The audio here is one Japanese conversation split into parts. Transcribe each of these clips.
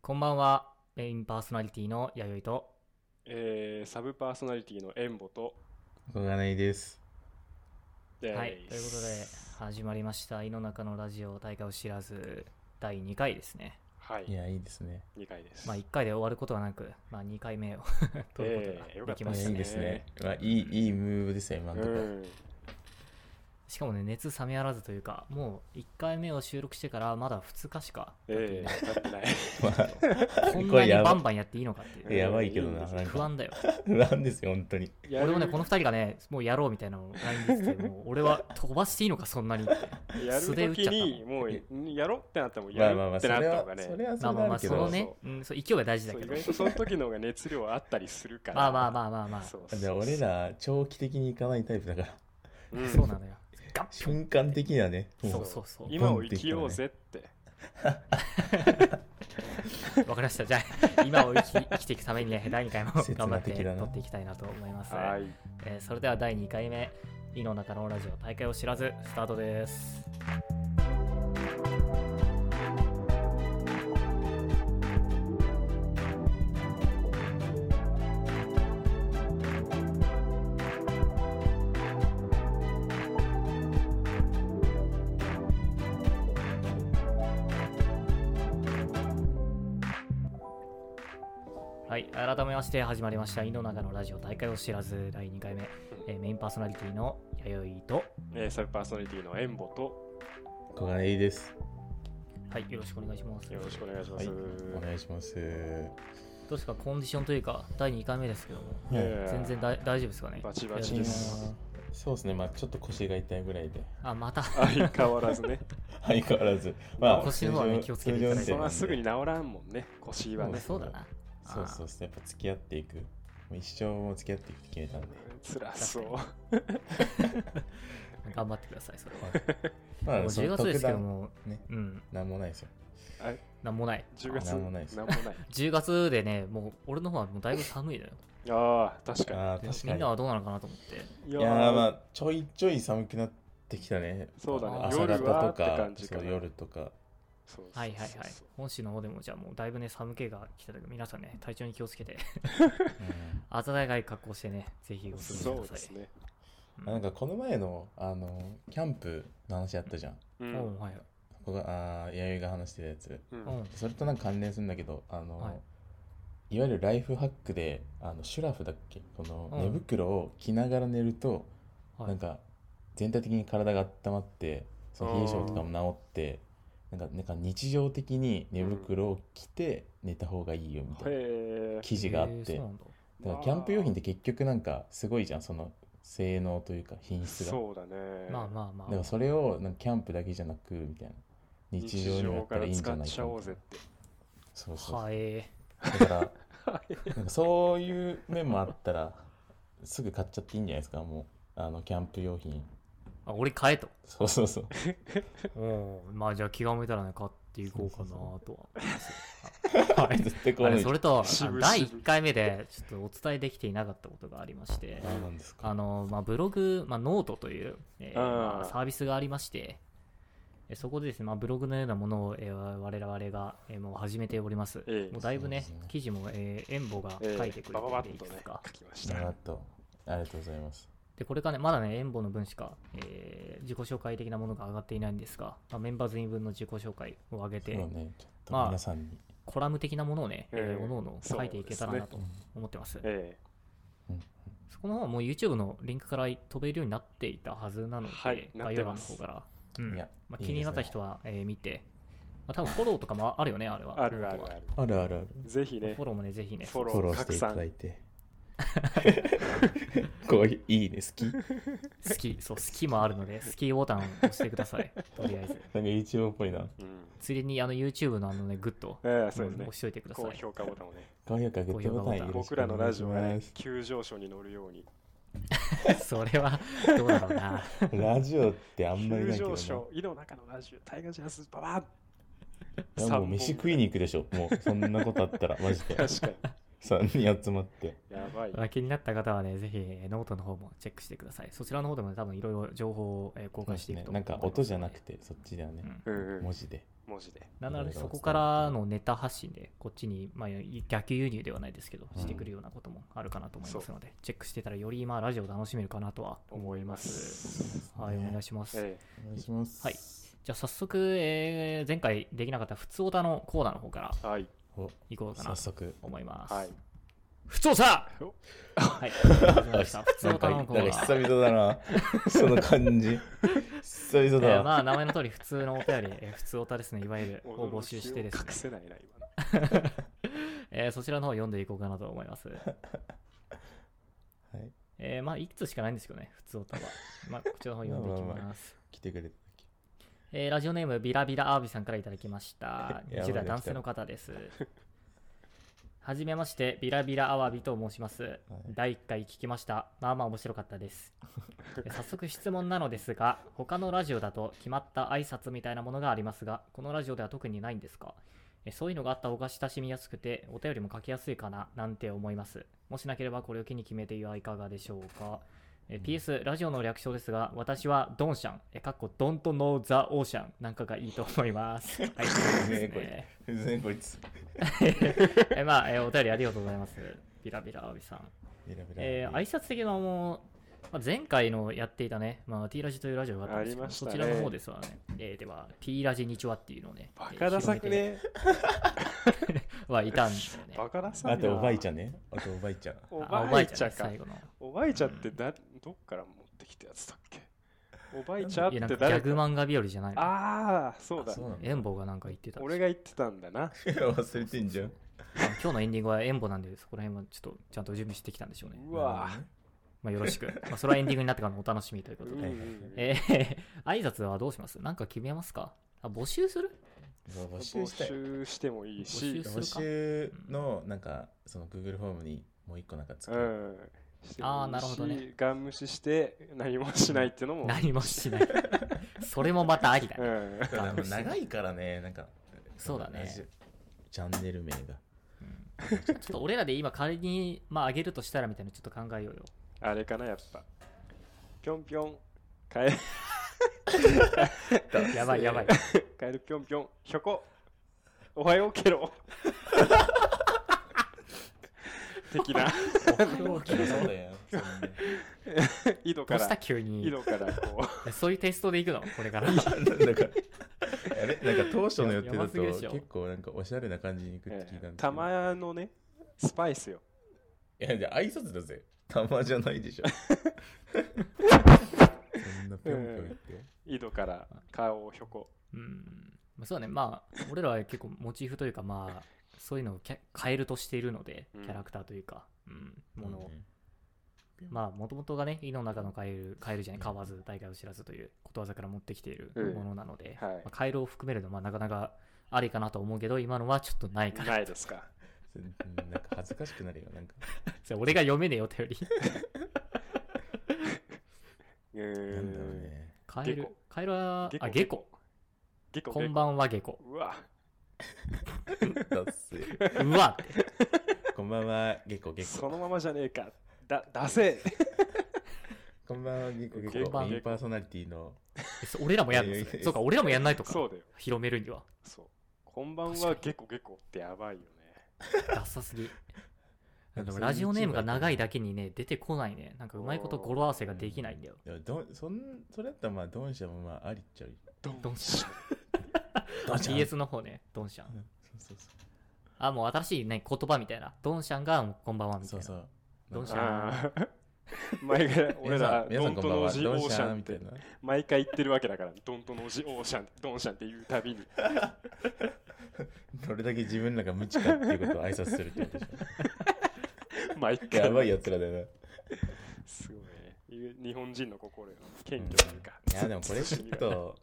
こんばんは。メインパーソナリティの弥生と。えー、サブパーソナリティのエンボと、僕がないです。ではい。ということで、始まりました。井の中のラジオ、大会を知らず、第2回ですね。はい、いや、いいですね。 2回です。まあ、1回で終わることはなく、まあ、2回目を 取るええことよがかできったいまでしたやすいいね。ですね。まあ、いい、いいムーブですよ、今のとうころ。ん、しかもね、熱冷めやらずというか、もう1回目を収録してから、まだ2日しか経っていえない。 ー、なってない。こんこなれにやばバンバンやっていいのかっていう。い ややばいけどな、うんなん不か。安だよ。不安ですよ、本当に。や俺るもね、この2人がね、もうやろうみたいなのを LINE で言ってて、もう俺は飛ばしていいのか、そんなにって。や素で打るっとちゃっきたもんに、もう、やろうってなったらもうまやあまあるまあ、っそてなっれた方はが、ね。それはまあそまれあはまあるあ、けそどの。ね、うん、そう勢いは大事だそうけ意ど外。とその時の方が熱量あったりするから。まあまあまあまあまあ。そうじゃあ、俺ら、長期的にいかないタイプだから、うんそうなのよ。ガッ瞬間的なね、そもうう、そうそう。今を生きようぜって。わかりました。じゃ あ、今を生き生きていくためにね、第2回も 切頑張なって的取だなっていきたいなと思います。はい。えーそれでは第2回目、井の中のラジオ大会を知らず、スタートです。はい、改めまして始まりました、井の中のラジオ大会を知らず、第2回目、えーメインパーソナリティの弥生と、えー、サブパーソナリティのエンボと、小金井です。はい、よろしくお願いします。よろしくお願いしまはす。い、お願いします。どうですか、コンディションというか、第2回目ですけども、いやいや全然だ大丈夫ですかね。バチバいチやでいやす。そうですね、まあ、ちょっと腰が痛いぐらいで、 あ、また、相変わらずね。相変わらず、まあ、腰の方はね気をつけていただいて通常そん運な転すぐに治らんもんね、腰はう ね。そうだな。そうそうそう、やっぱ付き合っていく、もう一生も付き合っていくって決めたんで、辛そう。あー頑張ってください、それは。まもうその10月ですけど特も、段ね、うん、なんもないですよ。あなんもない。 10月あなんもないですなんもない。 10月でね、もう俺の方はもうだいぶ寒いのよ。ああ、確かああ、確みかんにな。はどうなのかなと思って。に。いいやーまあ、あちょいちょい寒くなってきたね。そうだね朝方夜はとってか感、じかそなう夜とか。そうそうそうはいはいはい。本州の方でも、じゃあもうだいぶね、寒気が来た時、皆さんね、体調に気をつけて、 うん暖かい格好してね、ぜひお過そごうしくでださすい。ね。うんなんかこの前のあのキャンプの話あったじゃん。う。うんん、はいはい。ここがあー弥生が話してたやつ。うんうん。それとなんか関連するんだけど、あの、、はいわゆるライフハックであのシュラフだっけこのうん寝袋を着ながら寝ると、はいなんか全体的に体が温まってその冷え性とかも治って。なんかなんか日常的に寝袋を着て寝た方がいいよみたいなへえ。記事があっえーて、そうなんだ。だからキャンプ用品ってで結局なんかすごいじゃんその性能というか品質がそうだね。まあまあまだあ。からそれをなんかキャンプだけじゃなくみたいな日常にもや日常っかたらいらいんじ使ゃっないちかゃみおうたいぜなって。そうそうはえだからなんかそういう面もあったらすぐ買っちゃっていいんじゃないですかもうあのキャンプ用品ー、あ俺買えと。 そうそうそうおまあじゃあ気が向いたらね、買っていこうかなとは。はい絶対こあうれいうそのれとあ 渋々第1回目でちょっとお伝えできていなかったことがありまして何なんですあかの、まあ、ブログ、まあ、ノートという、えーあーまあサービスがありましてえそこでですね、まあ、ブログのようなものを、えー我々が、えーもう始めております、ええもうだいぶねそうですね記事も、えー、エンボがええ書いてくれバババてッいとくねつか、、書きましなるた。とありがとうございますでこれがねまだねエンボの分しか、えー自己紹介的なものが上がっていないんですが、まあ、メンバー全員分の自己紹介を上げそて、うねちょっとまあ皆さんに、コラム的なものをね、ええー、えおのおの書いていけたらなと思ってます。えうんそこの方はもう YouTube のリンクから飛べるようになっていたはずなので、はいな概っ要て欄まのす方から。うんいやまあ、いい気ですねになった人は、えー見て、まあ、多分フォローとか もあるよね、あれえ。は。あるあるある。あるあるあるぜひねフォ、ローもね、ぜひね。フォロフォローー拡していた散だ。いて。こういいね、好き。なんか好き、そう、好きもある ので、好きボタンを押してください。とりあえず。 YouTube っぽいな。うん。ついでに、あの、YouTube のあのね、グッド、ええ、そうですね押。しといてくださ高い。評価ボタンをね、高評価グッドボタンよろし僕くらおの願ラいしジオがまねす、。急上昇に乗るように。 それは、どうだろうな。ラジオってあんまり急ないけど上な。昇、井の中のラジオ、タイガージャス、ババいやもう飯食いに行くでしょ。もうそんなことあったら、マジで ン。確かに。 3人集まって。 やばい。まあ気になった方はね、ぜひえーノートの方もチェックしてください。そちらの方でもね、多分いろいろ情報をえー公開していくとなんか思います音じゃなくて、そっちではねう、んうんうん文字で。文字で。なんならそこからのネタ発信で、こっちに、まあ、逆輸入ではないですけど、してくるようなこともあるかなと思いますので、チェックしてたら、より今、ラジオ楽しめるかなとは思います。はい、お願いします。えお願いします。はいじゃあ、早速、えー前回できなかった、普通歌のコーナーの方からえはい。おいこうかな早と速。思います。はい。普通歌おはい、始まりました普通なん歌かのなんコかーナ久ー。々だな。 その感じ。え久々ーだまわ。あ、名前の通り、普通のお便り、えー普通歌ですね、いわゆる、を募集してですね驚きを隠、せないな、今の。えーそちらの方を読んでいこうかなと思います。はい。えーまあ、いくつしかないんですけどね、普通歌 は。まあ、こちらの方読んでいきまあま。まあます来てくれた時。えーラジオネーム、ビラビラアービさんからいただきました。いや20代男性の方です。はじめまして、ビラビラアワビと申します。第1回聞きました。まあまあ面白かった です。え早速質問なのですが、他のラジオだと決まった挨拶みたいなものがありますが、このラジオでは特にないんですかえそういうのがあった方が親しみやすくて、お便りも書きやすいかななんて思います。もしなければこれを機に決めてはいかがでしょうか。え PS、ラジオの略称ですが、私はドンシャン、えかっこドンとノーザオーシャンなんかがいいと思い ます。はい、そうですこれ全然こいつ。 えまあ、えお便りありがとうございます。ビラビラアビさん。ベラベラえー挨拶的なもう、まあ前回のやっていたね、まあ、T ラジというラジオがあったんですけあど、りましたそねちらの方ですわね。えーでは、T ラジにちはっていうのをね、バカダサくえー広ね。 めて はいたんですよね。バカダサいな。あとおばいちゃん。ゃんね。あとおばいちゃん。おあばいちゃんねか。最後の。おばいちゃんってだ、どっから持ってきたやつだっけおばいちゃんっいや、てなん誰かかギャグ漫画日和じゃないの。ああ、そうだあ。そうなんだ。エンボがなんか言ってたんです俺よ。が言ってたんだな。忘れてんじゃん。あの今日のエンディングはエンボなんで、そこら辺はちょっとちゃんと準備してきたんでしょうね。うわまあ、よろしく。まあ、それはエンディングになってからのお楽しみというぁ。こうとんで。うはいはいんうんえー 挨拶はどうしますなんか決めますかあ募集するそう募集募したい。集してもいい募し集、募す集のなんかその Google フォームにもう一個なんかう作る。ん。してもいいしあーなるほどね。ガン無視して何もしないってのも。何もしない。それもまたありだうね。ん。ただもう長いからね、なんか。そうだねラジオ。チャンネル名が。ちょっと俺らで今仮に、まあ、上げるとしたらみたいなのちょっと考えようよ。あれかな、やっぱ。ぴょんぴょん。カエル、やばいやばい。カエルぴょんぴょん。ひょこ。おはようケ ロ。的な。そうだよ。井戸どかうしたら、急井に。戸からこそういうテイストでいくのこれから。なんか、あれなんか当初の予定やだばすぎでしとょ結構なんかおしゃれな感じに行くう、って聞いたんだけど。たまのね、スパイスよ。いや、じゃあ挨拶だぜ。たまじゃないでしょ。そんなぴょんぴょん言って。井戸から顔をひょこ。うん。まあそうだね。まあ、俺らは結構モチーフというか、まあ、そういうのをキャ変えるとしているので、キうんャラクターというか、うん、ものを。うんまあ、もともとがね、井の中のカエル、カエルじゃない、買わず、大会を知らずということわざから持ってきているうんものなので、はいまあカエルを含めるのはなかなかありかなと思うけど、今のはちょっとないから。ないですか。それうんなんか恥ずかしくなるよ。なんか、それ俺が読めねえよ、より。うなー。んだろうんね。カエ下ル戸、カエルは、あ、ゲゲココ。。ゲコ。こんばんんは、ゲコ。うわ。だっせ。うわってこんばんは、ゲコゲコ。そのままじゃねえか。だ、だせえ。こんばんは、ゲコゲコ。こんばんはメインパーソナリティの。えそ俺らもやるのそれそうか、俺らもやんないとそか。うだよ。広めるには。そう。こんばん確かはにゲコゲコってやばいよね。ダサすぎ。でなんもかそういうラジオネームが長いだけにね、出てこないね。なんかうまいこと語呂合わせができないんだよ。いやどんそんそれだったらまあドンシャもまあありっちゃうよ。ドンシャン。ドンシャン BS の方ね、ドンシャンう。んそうそうあ、もう新しいね、言葉みたいな。ドンシャンがもうこんばんはみたそ。いうな。そうそう。ドンシャンああ。毎回、俺 皆さらん、、皆ドさんンこトんばんノは。ージドオンーシシャャンンっみたてい、な。毎回言ってるわけだから、ドントノージオーシャン、ドンシャンって言うたびに。どれだけ自分らが無知かっていうことを挨拶するってことでし毎ょ。回。やばいやつらだよな。いすごいね。ゆ日本人の心よ。謙虚というか。やでもこれちょっ慎みがと、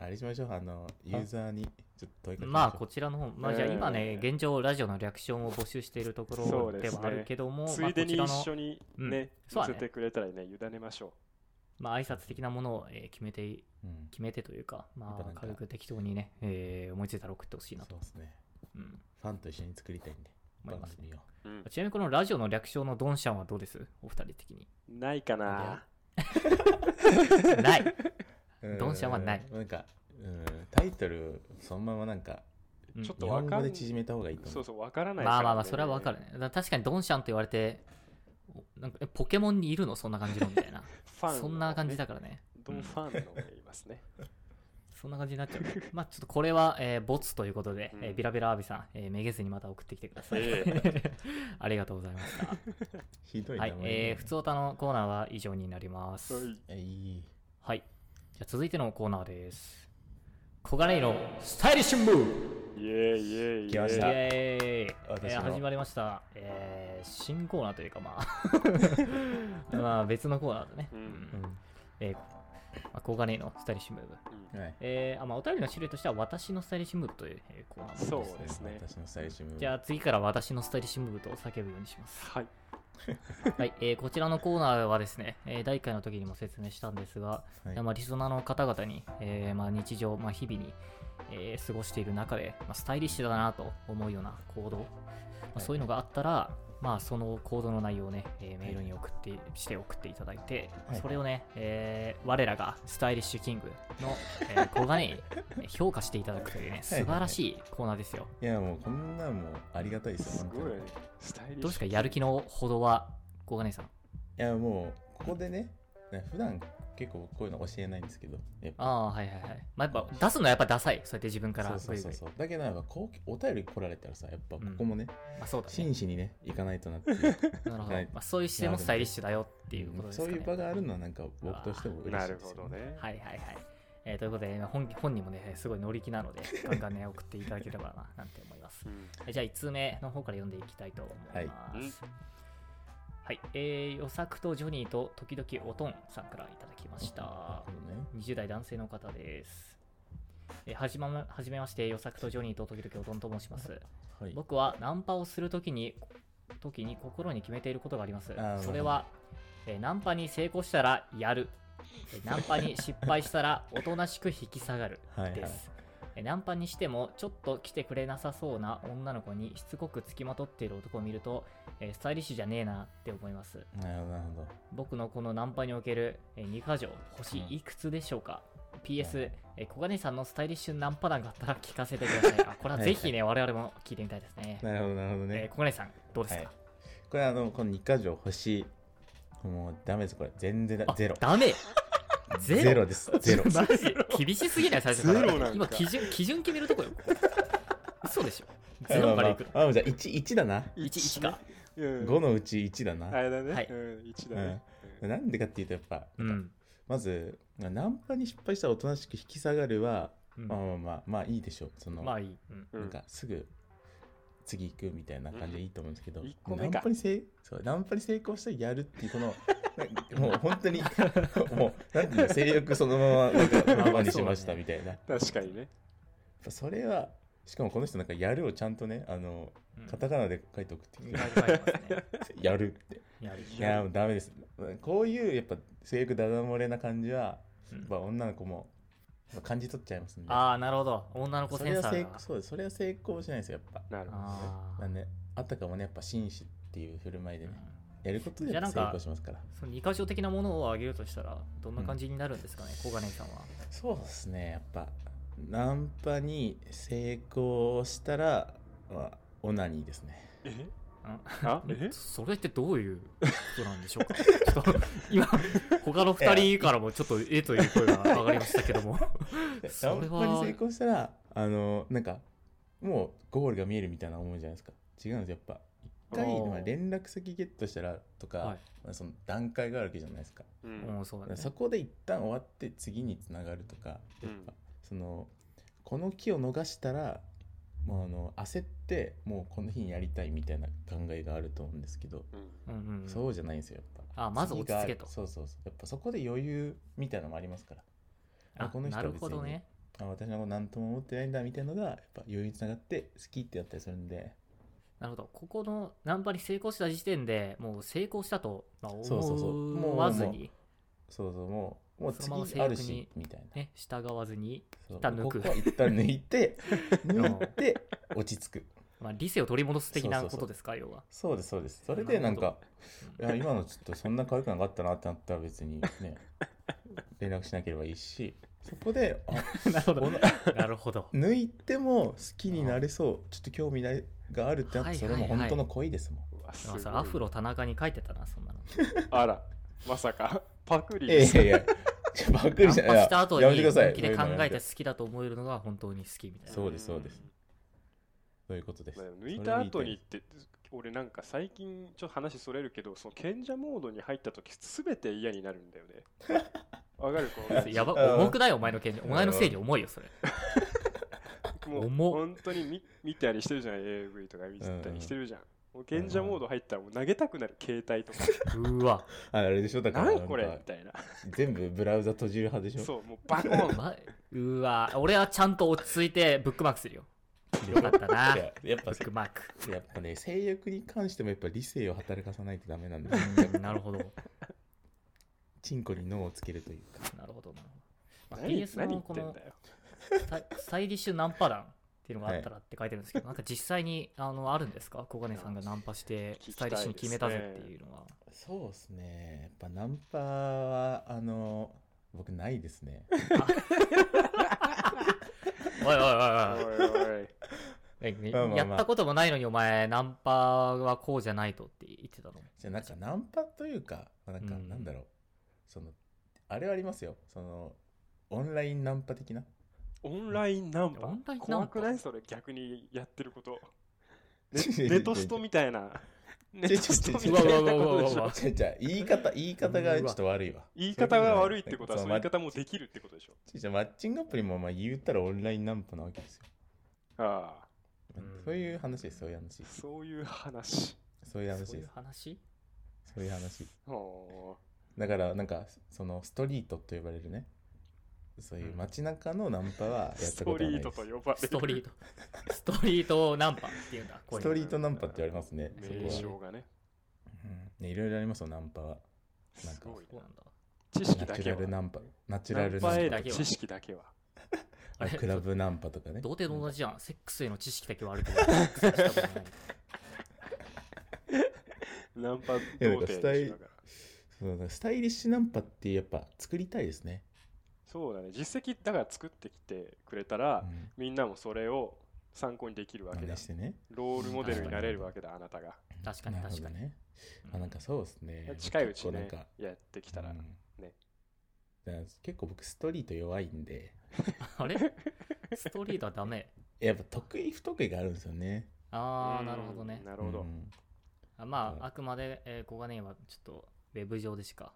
あれしましょう。あの、ユーザーにちょっと問いかけしょうまあこちらの方、まあじゃあえー今ね、現状ラジオの略称も募集しているとこそうろでですねはあるけども、つまあいでにこ一ちらの緒にね、うん乗そうだねせてくれたらね、委ねましょまあ挨拶的なものをえー決めて、うん。決めてというか、やっまぱなんあか軽く適当にね、えー思いついたら送ってほしいなと、そうですね。うんファンと一緒に作りたいんで。思いますね。番組をう。うんちなみにこのラジオの略称のドンシャンはどうですお二人的 に。ないかな。ない。うんドンシャンはない。なんか、うん、タイトルそのままなんかうんちょっ日と本わか語んで縮めた方がいいとそ思ううそう、わからないからまあねまあまあ、それはわかる。ね。だから確かにドンシャンと言われて、おなんかえポケモンにいるのそんな感じのみたいな。 ファン、そんな感じ。だからね。ドンファンの方がいますね。そんな感じになっちゃうね。まあちょっとこれは、えーボツということで、えーうんビラビラアビさん、えーめげずにまた送ってきてください。え ありがとうございました。ひどい名は前いだ、ねえー、普通おたのコーナーは以上になります。はい、えいいじゃあ続いてのコーナーです。小金井のスタイリッシュムーブイエーイイエーイ。来ましイたエーイえ私ーの始まりました、えー新コーナーというかまあまあ別のコーナーだね、ううんんえーまあ、小金井のスタイリッシュムーブ、うんはいえーあまあ、お便りの種類としては私のスタイリッシュムーブという、えーコーナーですそうですね私の最初じゃあ次から私のスタイリッシュムーブと叫ぶようにしますはい。はい、えーこちらのコーナーはですね、えー第1回の時にも説明したんですが、はいいやまあ、リスナーの方々に、えーまあ、日常、まあ、日々に、えー過ごしている中で、まあ、スタイリッシュだなと思うような行動、まあ、いそういうのがあったら、まあ、その行動の内容をね、えーメールに送って、して送っていただいて、はいそれをね、えー我らがスタイリッシュキングの、え ー、小金井に評価していただくというね、素晴らしいコーナーですよ。いやもうこんなんもうありがたいですすよごい本当ねにい。スタイリッシュ。どうですか、やる気のほどは、小金井さん。やもうここでねね普段結構こういうの教えないんですけどやっぱああー、はいはいはい。まあ、やっぱ出すのはやっぱダサい、そうやって自分からそうそうぐいぐいそうそうだけどやっぱこうお便り来られたらさやっぱここもね、まあ、そうだね。真摯にね行かないとなっていうなるほど、はいまあ、そういう姿勢もスタイリッシュだよっていうことうんですそかうね。いう場があるのはなんか僕としても嬉しないるですほよどね。はいはいはい。えーということで、今本本人もね、すごい乗り気なの で、ガンガンね、送っていただければな、なんて思いますう。んえじゃあ、1通目の方から読んでいきたいと思います。ははいい、はいえー、与作とジョニーと時々おとんさんからいただきました。なるほどね20代男性の方です。えーはじままはじめまして、与作とジョニーと時々おとんと申します。はい僕はナンパをするときに時に心に決めていることがありますあーそれは、えーナンパに成功したらやるえ ーナンパに失敗したらおとなしく引き下がるはいはいですえーナンパにしてもちょっと来てくれなさそうな女の子にしつこくつきまとっている男を見ると、えースタイリッシュじゃねえなって思いますなるほどなるほど僕のこのナンパにおける2箇条星いくつでしょうか、PS、えー小金井さんのスタイリッシュナンパ談があったら聞かせてください。あこれはぜひね、我々も聞いてみたいですね。なるほどなるほどえーね、小金井さん、どうですか、はいこれあのこの2箇条星もうダメですこれ全然だあゼロダ メゼロゼ ロですゼロマジ厳しすぎない最初からゼロなんか今基準基準決めると こよここ嘘でしょゼロからいくあまあまああじゃあ1一だな一一か。うん5のうち1だなあ、れだね。はいうん、1だね。うんなんでかっていうとやっぱ、うん、まずナンパに失敗したらおとなしく引き下がるは、うんまあまあまあまあいいでしょうその、まあいい、うんうなんんかすぐ次行くみたいな感じでいいと思うんですけど、うん一個ナ目ンかパに成そうナンパに成功したらやるっていうこの もう本当に もうなんていうの性欲そのままなんか言葉にしましたみたいな、やっ確かにね。ぱそれはしかもこの人なんかやるをちゃんとねあのうんカタカナで書いておくっていう、だいぶ入ってますねやるってやるいやもうダメですこういうやっぱ性欲ダダ漏れな感じはうんやっぱ女の子もやっぱ感じ取っちゃいますんでああなるほど女の子そセンれはサ成ー功がそうですそれは成功しないですよやっぱなるほどね。あーなんであたかもねやっぱ紳士っていう振る舞いでうねん、やることでじゃあやっなぱん成か功しますからその2箇条的なものを挙げるとしたらどんな感じになるんですかね、小金井さんはそうですねやっぱナンパに成功したら、まあ、オナニーですねえうんあええそれってどういうことなんでしょう かちょっと今他の2人からもちょっとえという声が上がりましたけど も でそナンれパには成功したらあのなんかもうゴールが見えるみたいな思うじゃないですか違うんですよやっぱ一あ回ーまあ連絡先ゲットしたらとか、はいまあその段階があるわけじゃないですかう。うんんそうだねだからそこで一旦終わって次につながるとか、うんそのこの木を逃したらもうあの焦ってもうこの日にやりたいみたいな考えがあると思うんですけど、うんうんうんうんそうじゃないんですよやっぱあまず落ち着けと次があるそうそうそうやっぱそこで余裕みたいなのもありますからあこの人なは別るにほどねあ私のこと何とも思ってないんだみたいなのがやっぱ余裕につながって好きってやったりするんでなるほどここのナンパに成功した時点でもう成功したと、まあ、そうそうそうも思うわずにそうそうもうもうそのまま次ある性し欲みたいなね従わずに、そう一旦抜くここは一旦抜いて 抜いて落ち着くまあ、理性を取り戻す的なそうそこうそうとですか要はそうですそうですそれでなんなるかい や今のちょっとそんな可愛くなかったなってなったら別にね連絡しなければいいしそこであなるほど おななるほど抜いても好きになれそうちょっと興味ないがあるってなっはていそれもはいはい本当の恋ですもん、うわすでもごいさアフロ田中に書いてたなそんな のあら、まさか、 パクリいやです。いやいやばっナくりンじゃパした後にやめてください本気で考そういえうのやてめ好きだと思えるのが本当に好きみたいなそうですそうですそういうことですまあ抜いた後にって、俺なんか最近ちょっと話それるけど、その賢者モードに入った時すべて嫌になるんだよね。 わかるこのやばうん重くないお前の権利お前の正義重いよそれもう重っ本当に見見たりしてるじゃない AV とか見たりしてるじゃん。もう賢者モード入ったらもう投げたくなる携帯 とか。うわああれでしょだから何んかこれみたいな。全部ブラウザ閉じる派でしょそう、もうバコンま、うわ俺はちゃんと落ち着いてブックマークするよよかったなブいややっぱックマー クやっぱね性欲に関してもやっぱ理性を働かさないとダメなんですようんなるほどなるチンコに脳をつけるというかほどなるほど、まあ、何 PS 何言のっこてんのだよ。スタスタイリッシュナンパ団っていうのがあったらって書いてるんです けど、なんか実際にあのあるんですか小金さんがナンパして聞きたスタイいリッシュに決めたぜっていうのは、そうですねやっぱナンパはあの僕ないで すねおいおいおいおおいおい。い、 まあまあやったこともないのにお前ナンパはこうじゃないとって言ってたのじゃあなんかナンパというかなんかうんなんだろう、そのあれはありますよそのオンラインナンパ的な オンラインナンオパンラインナンパ怖くないそれ逆にやってる こと。ネ違う違うネトストみたい な。ネ違う違う違うトストみたいうなことでしわうわうわうょわ。違う違う言い方言い方がちょっと悪いわ言い方が悪いってことは、そそうの言マい方もできるってことでしょ。ッチマッチングアプリもまあ言ったらオンラインナンパなわけですよあうんそういう話ですそういう話あ、そういう話。そういうそうい話でうす話そういう話おだからなんかそのストリートと呼ばれるねそういう街中のナンパはーやっスたこトとはなリーいでトすと呼ばれる。ストリートストリートナンパっていうんだこうスいうトのリートナンパって言われますねそ名こは、称がね。うんね、いろいろありますよナンパはなんすかごいそうななんだ知識ナだチュけラは。ルナナンンパナチュラルナパへンだのけは知識だけは。あパれクラブナンパとかね童貞と同じじゃんセックスへの知識だけはあるけどセックスはしたことないナンパ童やな貞んかでスタイしょだからそうだからスタイリッシュナンパってやっぱ作りたいですね、そうだね。実績だから作ってきてくれたらう、んみんなもそれを参考にできるわ真けだ似し。てねロールモデルになれるわけだ、あなたが。確かになるほ確かどに、ねま あなんかそうですね近いうち結構なねんか、やってきたら。うんねだから結構僕ストリート弱いんであれストリートはダメやっぱ得意不得意があるんですよねあうあんなるほどねなるほうど。ん あまうんああくまで、えー、小金井はちょっとウェブ上でしか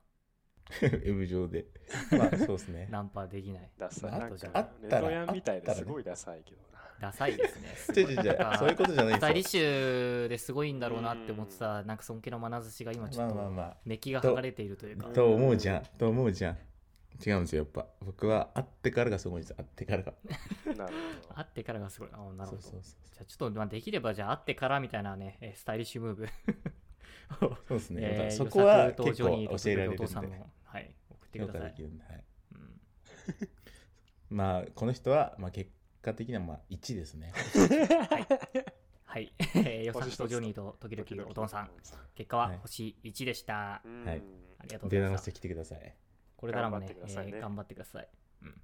ウェブ上でまあそうですねナンパできないダサい。まあなんかあっ、ネたらトヤンみたいあでったらすねごいダサいけどな。ダサいですねすご違いう違う違うそういうことじゃないスタイリッですシュですごいんだろうなって思ってたなんか尊敬の眼差しが今ちよょっまあとまあまメキが剥がれているというかあうんと思うじゃんと思うじゃん違うんですよやっぱ僕は会ってからがすごいんです会ってからが なるほ会ってからがすごいあーなるほそうどそうそうじゃあちょっと、まあ、できればじゃあ会ってからみたいなねえースタイリッシュムーブ をそうですね、えーだからそこは与作と結ジョニー構と教えられるんお父さんでもはい送って評くだ価さでいき、るんで、はい、うんまあこの人は、まあ、結果的にはまあ1ですね はい、えー、予星算一つとジョニーと時ど。々お父さん、う結果ははい星1でした。ん。はいありがとうご出ざい直ましすて。きてくださいこれからもね、頑張ってくださいねえー頑張ってください。 うん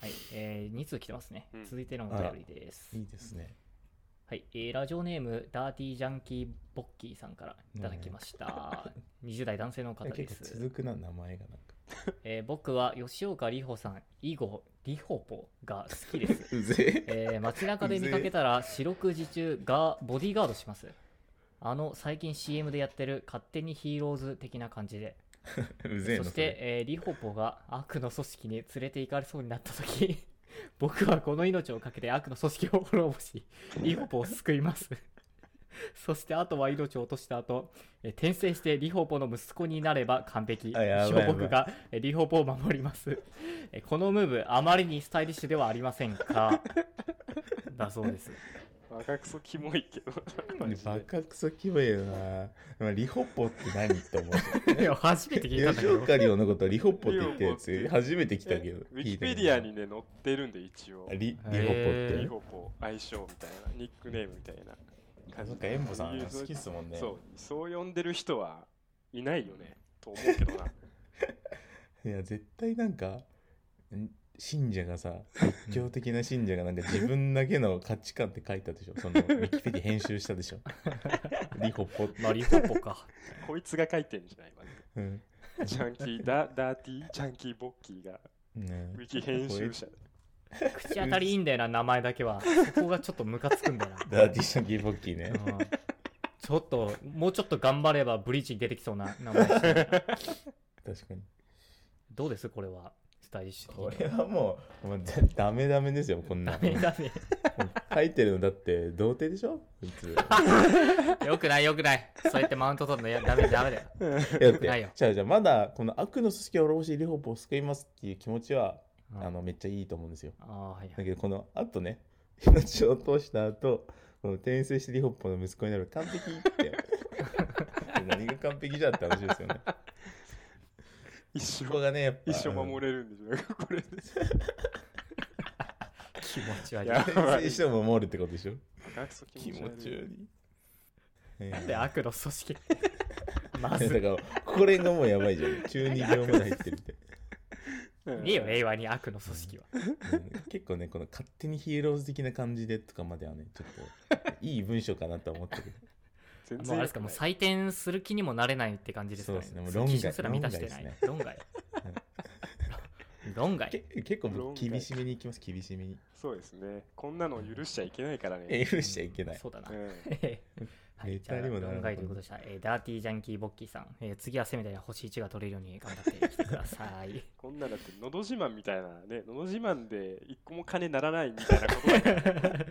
はい、えー、2通来てますねうん。続いてのお便りです。いいですねはい、えーラジオネーム、ダーティージャンキー・ボッキーさんからいただきました。20代男 性の方で結構す。続くな名前がなんかえー僕は吉岡里帆さん、以後、リホポが好きです。 うぜええー街中で見かけたら四六時中がボディーガードしますあの最近 CM でやってる勝手にヒーローズ的な感じでうぜえそしなそれて、えーリホポが悪の組織に連れて行かれそうになった時 僕はこの命を懸けて悪の組織を滅ぼ しリホポを救います そしてあとは命を落とした後、えー転生してリホポの息子になれば完璧あやばいやばい僕がえーリホポを守ります えーこのムーブあまりにスタイリッシュではありません かだそうです若くそキモいけど。マジで バカクソキモいよな、まあ、リホッポって何って 思ういや初めて聞いたんだけ吉ど岡里夫のことリホッポって言ってるやリホつッポ初めて来たけどウィキペディア聞いにね、載ってるんで、一応た。ことないリリホへッリポっホポ、相性みたいな、ニックネームみたいなてな感じ。んかエンボさんそう好きっすもんねそう、そう呼んでる人はいないよね、と思うけどな。いや絶対なんかん信者がさ仏教的な信者がなんか自分だけの価値観って書いたでしょそのウィキペディ編集したでしょリホポ、まあ、リホポか。 こいつが書いてんじゃない、まずうんジャンキーダ、ダーティー、ジャンキーボッキーが、ねウィキ編集者。口当たりいいんだよな、名前だけは。そこがちょっとムカつくんだよな。ダーティーシャンキーボッキーねうんちょっと、もうちょっと頑張ればブリーチに出てきそうな名前です ね確かにどうですこれは。スタイリッシュこ的にれはもうもうぜダメダメですよこんなダのメ ダメ。書いてるのだって童貞でしょ普通よくないよくない。そうやってマウント取るのいやダメダメだよ。いやだっないよてじゃあじゃあまだこの悪の組織を滅ぼしリホポを救いますっていう気持ちは、うんあのめっちゃいいと思うんですよああ、はいはだい。けどこのあとね命を通した後この転生してリホッポの息子になる完璧って 何が完璧じゃんって話ですよね一そこ生、がねやっぱ一生守れるんでしょ、これで。気持ち悪い。いやなれ転 生しても守るってことでしょ学祖気気持持ちち悪悪い。いえん ーで悪の組織。ま だず、からこれがもうやばいじゃん中二病まで入ってるっていいよ、令和に悪の組織は。うん結構ねこの勝手にヒーローズ的な感じでとかまではねちょっといい文章かなとは思ってる全もうあ然れ良ですか、くもうない。採点する気にもなれないって感じですかね。そうですねもう論外基準すら満たしてない。論外。論 外。け結構僕厳しめにいきます厳しめにそうですね。こんなの許しちゃいけないからね。許しちゃいけないそうだなう。んはい、ネじゃあ、タにもならなかっ論外たということでした。えーダーティージャンキーボッキーさん、えー次はせめて星1が取れるように頑張ってきてくだ さい。こんなだって、のど自慢みたいなね、のど自慢で一個も金ならないみたいなことだから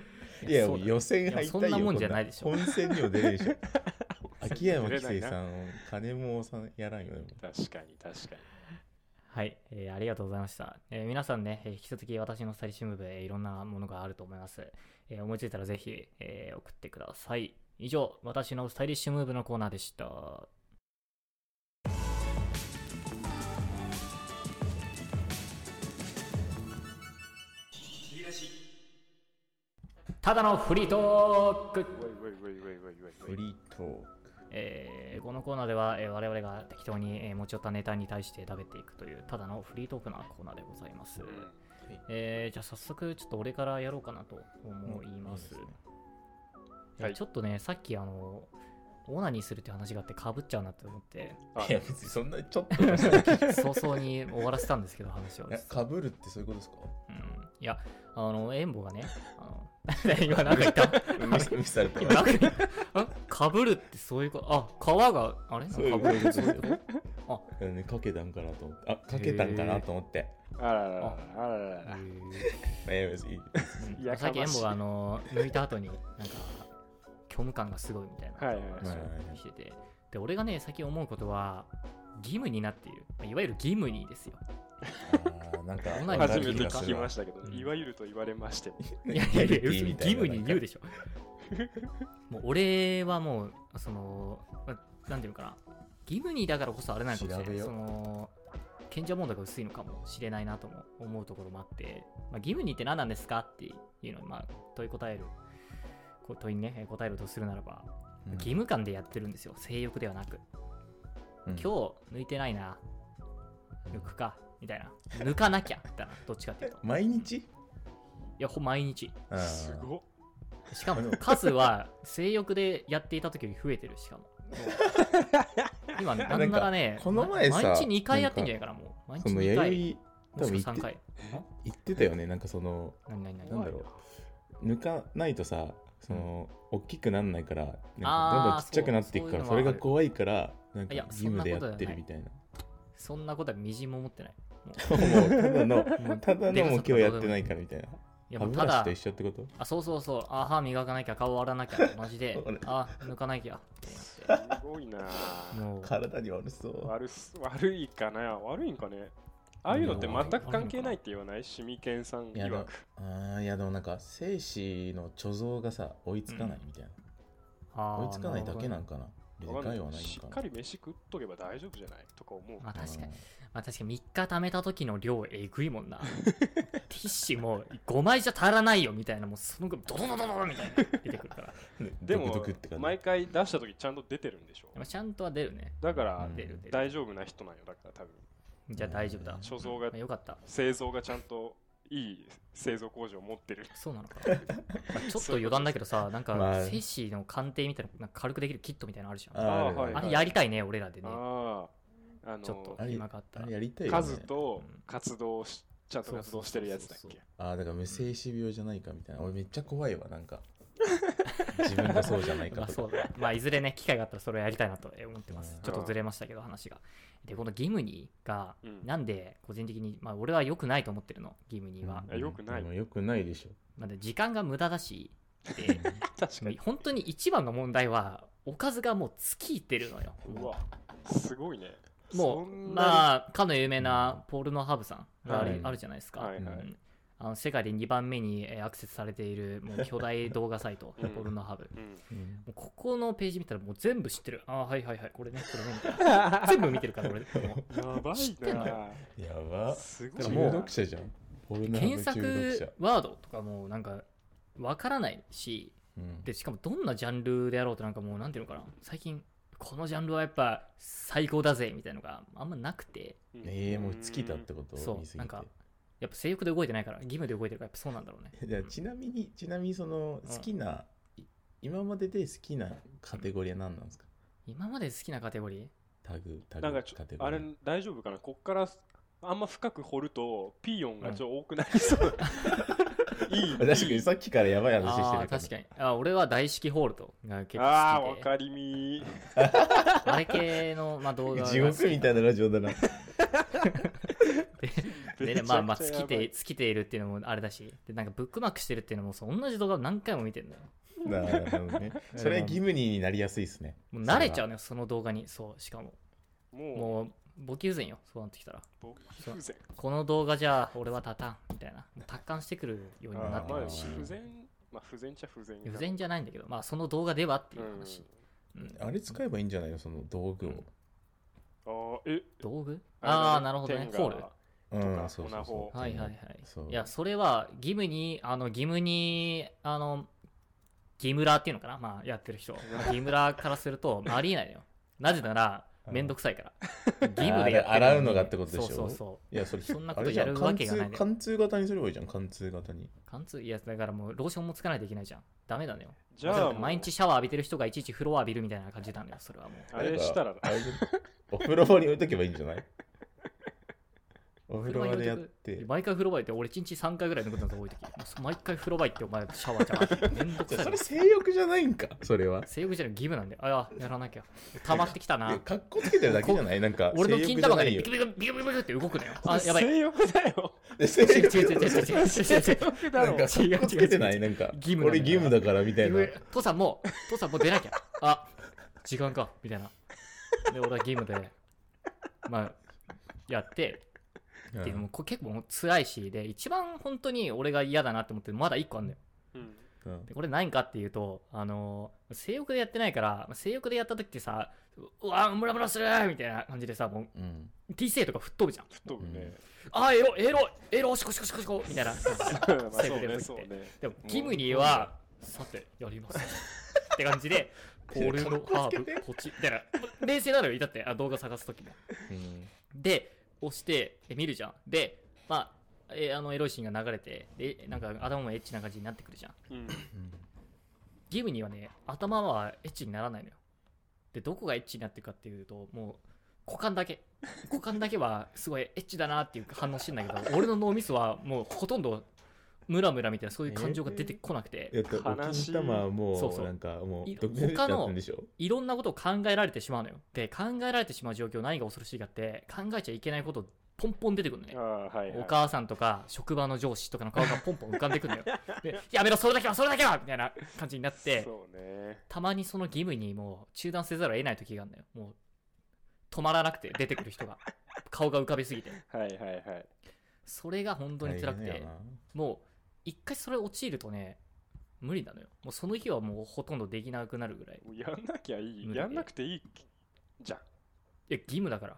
いや、そもううだ予選敗退よ。いやそんなもんじゃないでしょこんな本戦にも出れるでし ょ。秋山出れ紀ない生なさん、金もさんやらんよ。でも確かに、確かに。はい、えーありがとうございました。えー皆さんね、えー引き続き私のスタイリッシュムーブ、えーいろんなものがあると思います。えー思いついたらぜひ、えー送ってください。以上、私のスタイリッシュムーブのコーナーでした。ただのフリートークおいおいおいおいおいおいおいフリートーえーこのコーナーでは、えー我々が適当に、えー持ち寄ったネタに対して食べていくというただのフリートークなコーナーでございます、えーじゃあ早速ちょっと俺からやろうかなとク。思います,、いいでねはいえーちょっとねさっきあのオナニーするっていう話があってかぶっちゃうなと思ってあいや、別にそんなちょっと のさ。早々に終わらせたんですけど話を、うん、かぶるってそういうことですか いやあのエンボがねあの 今なんか言った無視無視された今なんか言った かぶるってそういうことあ皮があれそういうかことぶるですよ。あだからね、かけたんかなと思って。あ、かけたんかなと思って。あららららあららららまあいや別にいいいやさっきエンかましいボがあの抜いた後になんか虚無感がすごいみたいなはいはいはい話をしててで俺がね最近思うことは義務になっているまあいわゆる義務にですよあーなん か、オナニー初めて気が聞きまししたけど、うんいわゆると言われましても、いやいやいや義務別にみたい義な務に言うでしょ もう俺はもうそのまあなんていうのかな義務にだからこそあれなのかもしれ調なべいようその賢者問題が薄いのかもしれないなとも思うところもあって、まあ、義務にって何なんですかっていうのに、まあ、問い答えるこう問いにねえー答えるとするならば義務感でやってるんですよ性欲ではなく今今日抜いてないな抜くかみたいな抜かなきゃみたいなどっちかっていうと毎日いやほ毎日あーすごっしかも数は性欲でやっていた時より増えてるしかももう 今なんならねなんかこの前さ毎日2回やってんじゃないかなもう毎そ日の2回弥も生多しくは3分言って回言ってたよねなんかその何何何なんだろう抜かないとさその、大きくなんないからなんかどんどあーんちっちゃくなっていくからそそそうういうれのはあるが怖いからなんかいや義務でやってるみたいなそんなことはみじんも思ってないもう もうただのもうただのでもうも今日やってないからみたいないや歯もうブたラシだと一緒ってことあそうそうそうあ歯磨かなきゃ顔洗わなきゃマジ で俺あ抜かなきゃみたいすごいなになってもう体に悪そう悪す悪いかな悪いんかねああいうのって全く関係ないって言わないシミケンさんいや曰くあーいやでもなんか精子の貯蔵がさ追いつかないみたいな、あー追いつかないだけるほどねなんかなでわかんなかいいはないしのっかかなり飯食っとけば大丈夫じゃないとか思うまあ確かにうんまあ確かに3日貯めた時の量えぐいもんな ティッシュも5枚じゃ足らないよみたいなもうそのぐらいドドドドドドみたいな出てくるから でドもクドクって感じ毎回出した時ちゃんと出てるんでしょまあちゃんとは出るねだからうん出る出る大丈夫な人なんよだから多分じゃあ大丈夫だ。貯蔵がまあよかった。製造がちゃんといい製造工場を持ってるそうな のか。まあちょっと余談だけどさ、なんまか、あ精子の鑑定みたいな、なんか軽くできるキットみたいなのあるじゃん。あーるるはいあれやりたいね、俺らでね。あああのちょっとあれ今があったあられ。やりたいよ、ね、数と活動をしちゃんと活動してるやつだっそうそうけああだから無精子病じゃないかみたいな俺めっちゃ怖いわなんか自分がそうじゃな いまかあとかそうだ。まあいずれね、機会があったらそれをやりたいなと思ってますうん。ちょっとずれましたけど、話が。で、このギムニーがうん、なんで個人的に、まあ俺は良くないと思ってるの、ギムニーは。あよくないでもよくないでしょまあで時間が無駄だし、 で、確かに本当に一番の問題は、おかずがもう尽きてるのよ。うわすごいねもうそんなにまあかの有名なポールノハブさんがある,、はいあるじゃないですか、はいはいうんあの世界で2番目にえーアクセスされているもう巨大動画サイト うんポールノハブうんうんもうここのページ見たらもう全部知ってるああはいはいはいこれねこれねみたいな 全部見てるから 俺もやば知っていんのなやばすごでいも中な毒者じゃんポルうノハブ検中毒索者、ワードとかもなんかわからないしうん、でしかもどんなジャンルであろうとなんかもうなんていうのかな最近このジャンルはやっぱ最高だぜみたいなのがあんまなくてええもう尽きたってことそう見すぎてなんかやっぱ性欲で動いてないから義務で動いてるからやっぱそうなんだ ろうねじゃあちなみにちなみにそのうん好きな、い今までで好きなカテゴリーは何なんですか今まで好きなカテゴリータグタなんグかちょカテゴあリれー大丈夫かなこっからあんま深く掘るとピーヨンがちょっと多くなりそう、いいあ 確かにさっきからやばい話してあるー確かにあ俺は大式ホールドが結ああ構好わきでかりみあれ系の、まあ、動画 が好き地獄みたいなラジオだなでねまあまあめ尽ちゃくちゃきやばいて尽きているっていうのもあれだしでなんかブックマークしてるっていうのもそう同じ動画を何回も見てるのよなるほ どねそれは義務になりやすいですねもう慣れちゃうのよその動画にそうしかももうもうボキュ然よそうなってきたら僕不全この動画じゃ俺は立たんみたいなもう達観してくるようにもなあっーてまくあるし不全まあ不全っちゃ不全不全じゃないんだけどまあその動画ではっていう話、うんあれ使えばいいんじゃないのその道具を、ああえ道具ああーなるほどねホールうんとかそうオそうナそホうはいはいはいそう。いや、それは義務に、あの、義務に、あの、義務ラーっていうのかなまあ、やってる人。まあ義務ラーからすると、まあ、ありえないのよ。なぜなら、うんめんどくさいから。義務でやってるのにあれ洗うのがってことでしょそうそうそう。いやそれそんなことあれじゃやるわけがないね貫通貫通型にすればいいじゃん貫通型に貫通、いや、だからもう、ローションもつかないといけないじゃん。ダメだねよ。じゃあもう毎日シャワー浴びてる人がいちいちフロア浴びるみたいな感じなのよ、それはもう。あれしたらあれじゃんお風呂場に置いとけばいいんじゃないお風呂場でやって毎回風呂場行って、俺1日3回ぐらい抜くのが多い時。もう毎回風呂場行って、お前シャワーじゃなくて、めんどくじゃさあいそのれ。性欲じゃないんかそれは性欲じゃない義務なんで、ああ、やらなきゃ。溜まってきたいやな。かっこつけてるだけじゃないなんか俺の金玉がね、性ビクビ欲じクビクビクビクって動くのよ。あ、やばい。違う性欲 だよゃないよ違う違う違う違う違う違う性欲だなろんかか違うっこつけてないなんか義務なの俺義務だからみたいな違う。父さんもう、父さんもう出なきゃ。あ、時間か、みたいな。で、俺は義務で、まあ、やって、っていうのもこれ結構もう辛いし、で、一番本当に俺が嫌だなって思ってるのまだ一個あんだよ。うんうんうんでこれ何かっていうと、あのー性欲でやってないから、性欲でやった時ってさ、うわ、ムラムラするみたいな感じでさ、もううん、 T 性とか吹っ飛ぶじゃん。吹っ飛ぶねあー、エロ、エロ、エロ、シコシコシコシコみたいな。 まあそう性ね欲そうねでも、キムニは、さて、やります。って感じで、 ポールのハーブ、ポチ、みたいな。冷静なのよ、だって、あ動画探すときも。うんで、押して、え見るじゃん。で、まあ、えあの、エロいシーンが流れて、で、なんか、頭もエッチな感じになってくるじゃん。うんギムニはね、頭はエッチにならないのよ。で、どこがエッチになってるかっていうと、もう、股間だけ。股間だけは、すごいエッチだなっていう反応してんだけど、俺の脳みそは、もう、ほとんど、ムラムラみたいな、そういう感情が出てこなくて。えっと、お悲しい金玉はもうそうそうなんかもいう独立しちゃ他っのたんでしょいろんなことを考えられてしまうのよ。で、考えられてしまう状況、何が恐ろしいかって、考えちゃいけないこと、ポンポン出てくるのねあ。あはいはいお母さんとか、職場の上司とかの顔がポンポン浮かんでくるのよ。で、やめろ、それだけは、それだけはみたいな感じになって、そうねたまにその義務にもう中断せざるを得ない時があるのよ。もう、止まらなくて、出てくる人が。顔が浮かびすぎて。はいはいはいそれが本当に辛く大て変だよ、なもう、一回それ陥るとね、無理なのよ。もうその日はもうほとんどできなくなるぐらい。もうやんなきゃい無理いでやんなくていいじゃんいや、義務だ から。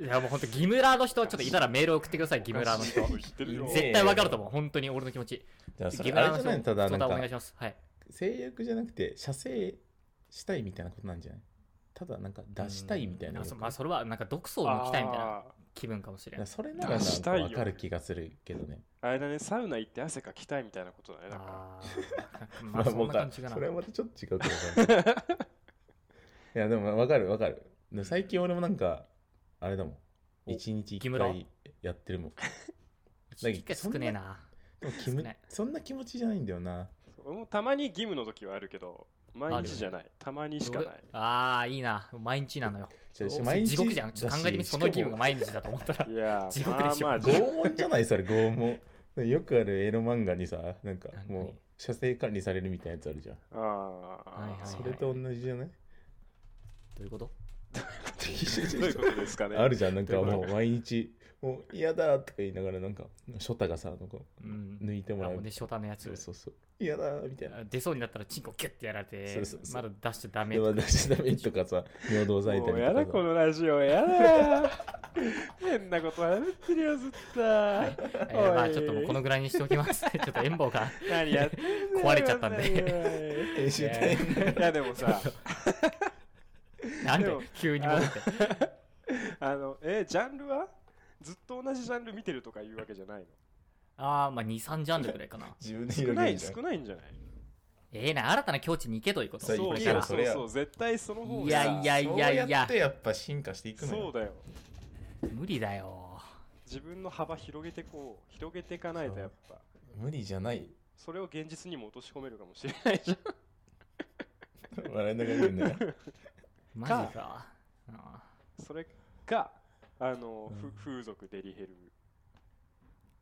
いや、もう本当、義務ラーの人、ちょっといたらメール送ってください、義務ラーの人。知ってるよいい絶対わかると思う、本当に俺の気持ち。じゃあ義そ務れラあーのれじ人ゃない、ただな相ん談おか願いします。はい。制約じゃなくて射精したいみたいなことなんじゃないただなんか出したいみたいあな欲そまあそれはなんか毒素を抜きたいみたいな気分かもしれいやんそれな出らなんしかたいよわかる気がするけどねあれだね、サウナ行って汗かきたいみたいなことだね。なんかあー まあそんな感じかなそれはまたちょっと違うけどわかんない いやでもわかるわかるでも最近俺もなんかあれだもんお一日木一村回やって るもん聞きが少ねえなでも気む少ないそんな気持ちじゃないんだよな俺もたまに義務の時はあるけど、毎日じゃない。たまにしかない。ああいいな毎日なのよちょお毎日地獄じゃんちょっとだし考えてみてその気分が毎日だと思ったらいや地ー、獄まであしょまあ、拷問じゃないそれ拷 問よくあるエロ漫画にさなんか何もう射精管理されるみたいなやつあるじゃんああ、はいはいそれと同じじゃないどういうことどういうことですかね。あるじゃんなんかどういうもこう毎日もう嫌だとか言いながらなんかショタがさなんかうん抜いてもあらもううねショタのやつそうそうそう嫌だみたいな出そうになったらチンコキュッてやられてそうそうそうまだ出しちゃダメでも出しダメとかさ尿道咲いたもうりやとだかこさのラジオやだ変なことやってるよずっと、えーまおあいちょっともうこのぐらいにしておきます ちょっと塩棒が何やってんだよ壊れちゃったんで編集大変 いやでもさなんででも急に戻ってあのえジャンルはずっと同じジャンル見てるとかいうわけじゃないああまあ23ジャンルぐらいかな自分での少広なげるいじゃん少ないんじゃないええな新たな境地に行けということそうこそうれいかやらそそうれやそう絶対その方いがやいやいやいやそうやってやっぱ進化していくのそようだよ無理だよ自分の幅広げてこう広げていかないとやっぱ無理じゃないそれを現実にも落とし込めるかもしれない じゃん笑いながら言うんだよマジかあそれかあの、ふうん風俗デリヘル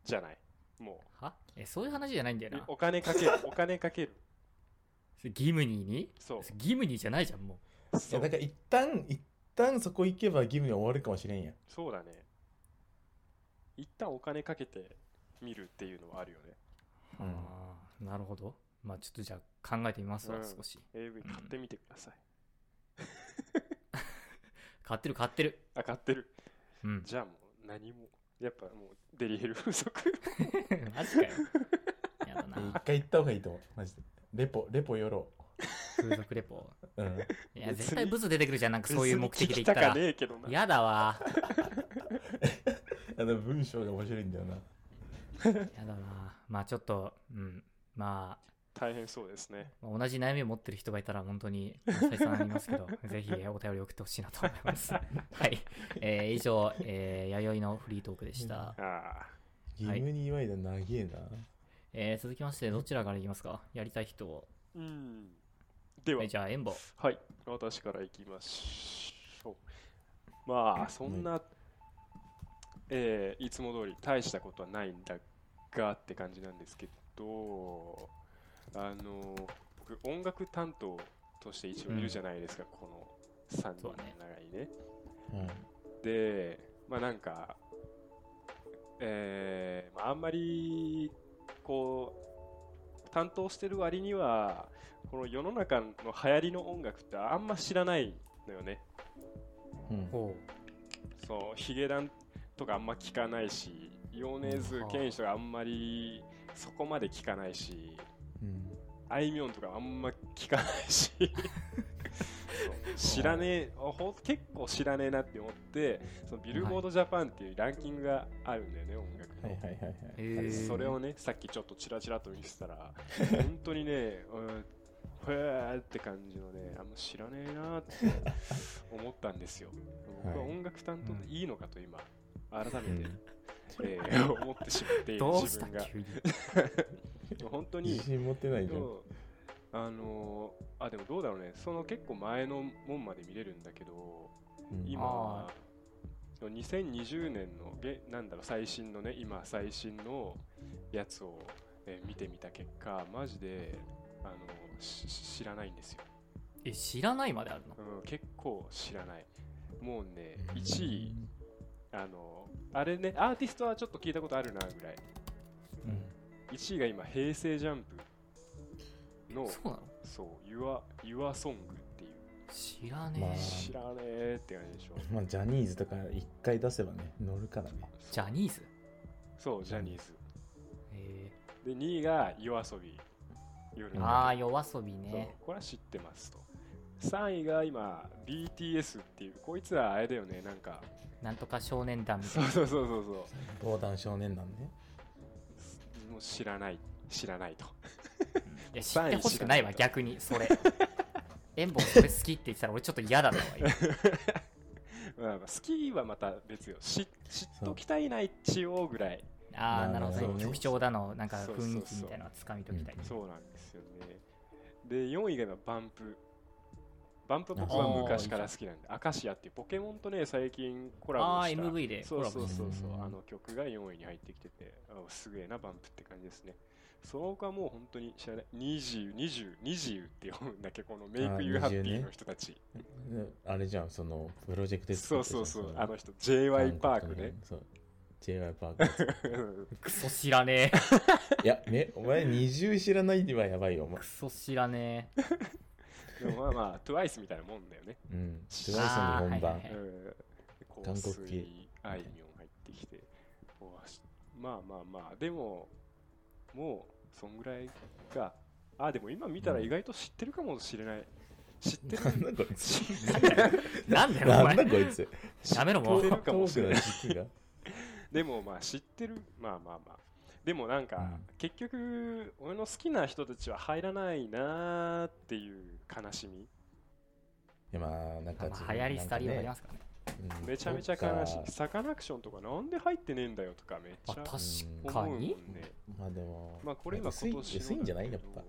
じゃないもーはえそういう話じゃないんだようなお金 かけるお金かけるそれギムニーにそうそれギムニーじゃないじゃんもいそやだうから一旦一旦そこ行けば義務に終わるかもしれんやんそうだね一旦お金かけて見るっていうのはあるよねう、うんあーなるほどまあちょっとじゃあ考えてみますわ、うん少し AV 買ってみてください、買ってる買ってるあ買ってるうん じゃあもう何もやっぱもうデリヘル風俗マジかよやだえ一な回行った方がいいと思うマジでレポレポよろ風俗レポう、 うん、いや別に絶対ブス出てくるじゃんなんかそういう目的で行った 別に聞きたらかねえけどなやだわあの文章が面白いんだよなやだなまあちょっとうんまあ大変そうですね同じ悩みを持ってる人がいたら本当に再三ありますけ どぜひお便り送ってほしいなと思いますはい、えー以上、えー、弥生のフリートークでした、あ義務に祝いだ長えな、えー続きましてどちらからいきますかやりたい人を、ーうんでは、はい、じゃあエンボはい、私からいきましょう。まあ、そんな、えーいつも通り大したことはないんだがって感じなんですけど、あの、僕、音楽担当として一応いるじゃないですか、この3人の中にね。うんで、まあなんか、えーまあ、あんまり、こう、担当してる割には、この世の中の流行りの音楽ってあんま知らないのよね。うんほそう、ヒゲダンとかあんま聞かないし、ヨネズうんケンシとかあんまりそこまで聞かないし、うんあいみょんとかあんま聞かない しそう知らねえあほ結構知らねえなって思ってそのビルボードジャパンっていうランキングがあるんだよね、音楽の、はいはいはいはい。えー、それをねさっきちょっとチラチラと見せたら本当にねうんへーって感じのねあんま知らねえなって思ったんですよ僕ははい音楽担当でいいのかと今改うめて、んえー思ってしまっているどう自した分が急に本当に自信持ってないじゃん。そうあのーあでもどうだろうねその結構前の門まで見れるんだけどうん今あはその2020年のげなんだろう最新のね今最新のやつを、えー見てみた結果マジであのしし知らないんですよ、え知らないまであるのうん、結構知らないもうねうん1位あのあれねアーティストはちょっと聞いたことあるなぐらいうん1位が今平成ジャンプのそうなのそう、Your, Your Song っていう、知らねえ、まあ知らねえって感じでしょ。まあ、ジャニーズとか一回出せばね、乗るからね。ジャニーズそう、ジャニーズ。えで、2位が YOASOBI。夜ー、のああ夜夜遊びそうねこれは知ってますと。 3位が今 BTS っていうこいつらあれだよねなんかなんとか少年団みたそいうな。そうそうそうそう防弾少年団ねもう知らない知らないといや、知ってほしくないわ、知ら逆に、それ。 エンボンそれ好きって言ってたら俺ちょっと嫌だなわ、今まあまあ好きはまた別よ知知っときたいな一応ぐらいああ、なるなるほほどねどね。曲調だの、なんかそうそうそう雰囲気みたいなのはつかみときたい。そうなんですよねで4位がバンプバンプ僕あはー昔から好きなんでアカシアっていうポケモンとね最近コラあボあ、した MV でそうそうそうそうコラボしてるあの曲が4位に入ってきててあすげえなバンプって感じですねその他もう本当に知らない20、20、20って読むんだっけこのメイクユーハッピーの人たち、うんあれじゃんそのプロジェクトそうそうそうあの人ワ JY イパークねそう JY パーククソ知らねえ。いやねお前二重知らないにはやばいよお前クソ知らね え。でもまあまあ TWICE みたいなもんだよねうん TWICE あーの本はい番はいうん、韓香国系水あいみょん入ってきて、おわしまあまあまあでももうそんぐらいかあでも今見たら意外と知ってるかもしれない、知ってなるん だこいつ知ってるなんだよ、 おなん前。だこいつやめろ、も知ってう。るかもしれないトークの軸が でもまあ知ってるまあまあまあでもなんか、うん結局俺の好きな人たちは入らないなーっていう悲しみいやまあなんかまあ流行り廃りはありますすからね。うんめちゃめちゃそっ悲かしいサカナクションとかなんで入ってねえんだよとかめっちあ、ゃ確思かうもんに。ねまあでも、まあこれ今薄い今年の薄いんじゃないやっぱ。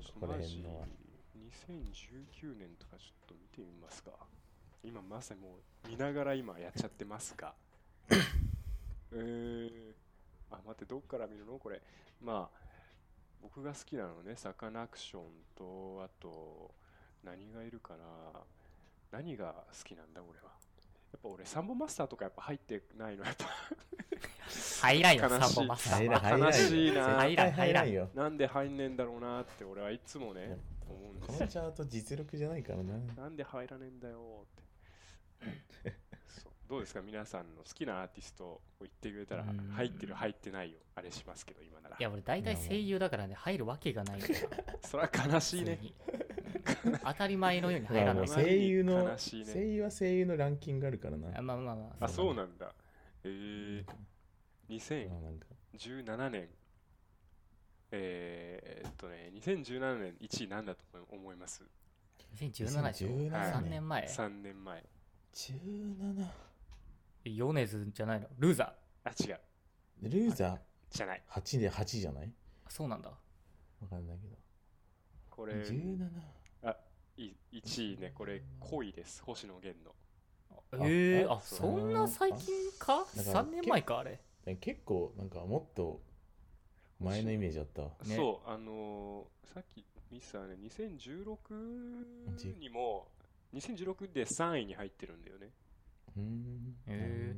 そこのらマ辺ジのは2019年とかちょっと見てみますか今まさにもう見ながら今やっちゃってます がえー、あ待ってどっから見るのこれまあ僕が好きなのねサカナクションとあと何がいるかな何が好きなんだ俺はやっぱ俺サンボマスターとかやっぱ入ってないのやっぱ入らんよ、悲しいサンボマスターらは。ん悲しいな入らん入らんよ。なんで入んねえんだろうなって俺はいつもね思うんでこすのよチャート実力じゃないからな。なんで入らねえんだよってそうどうですか皆さんの好きなアーティストを言ってくれたらうん入ってる入ってないよあれしますけど今ならいや、俺大体声優だからね、入るわけがないんだよ。それは悲しい普ね通にうん当たり前のように入まらあなもいうま。声優の、悲しいね声優は声優のランキングあるからな。あまあまあまあ。あそうなんだえー、まあなんか2017年えー、っとね2017年1位なんだと思います2017でしょ2017 3年年前3年前17。ヨネズじゃないのルーザーあ違うルーザじゃないー8で8じゃないあそうなんだわかんないけど。これ17。 1位ねこれ恋です星野源のええああそんな最近かだから ?3 年前かあれで結構、なんかもっと前のイメージあったわ。ねそう、あのーさっきミスターね、2016にも、2016で3位に入ってるんだよね。うーん。へ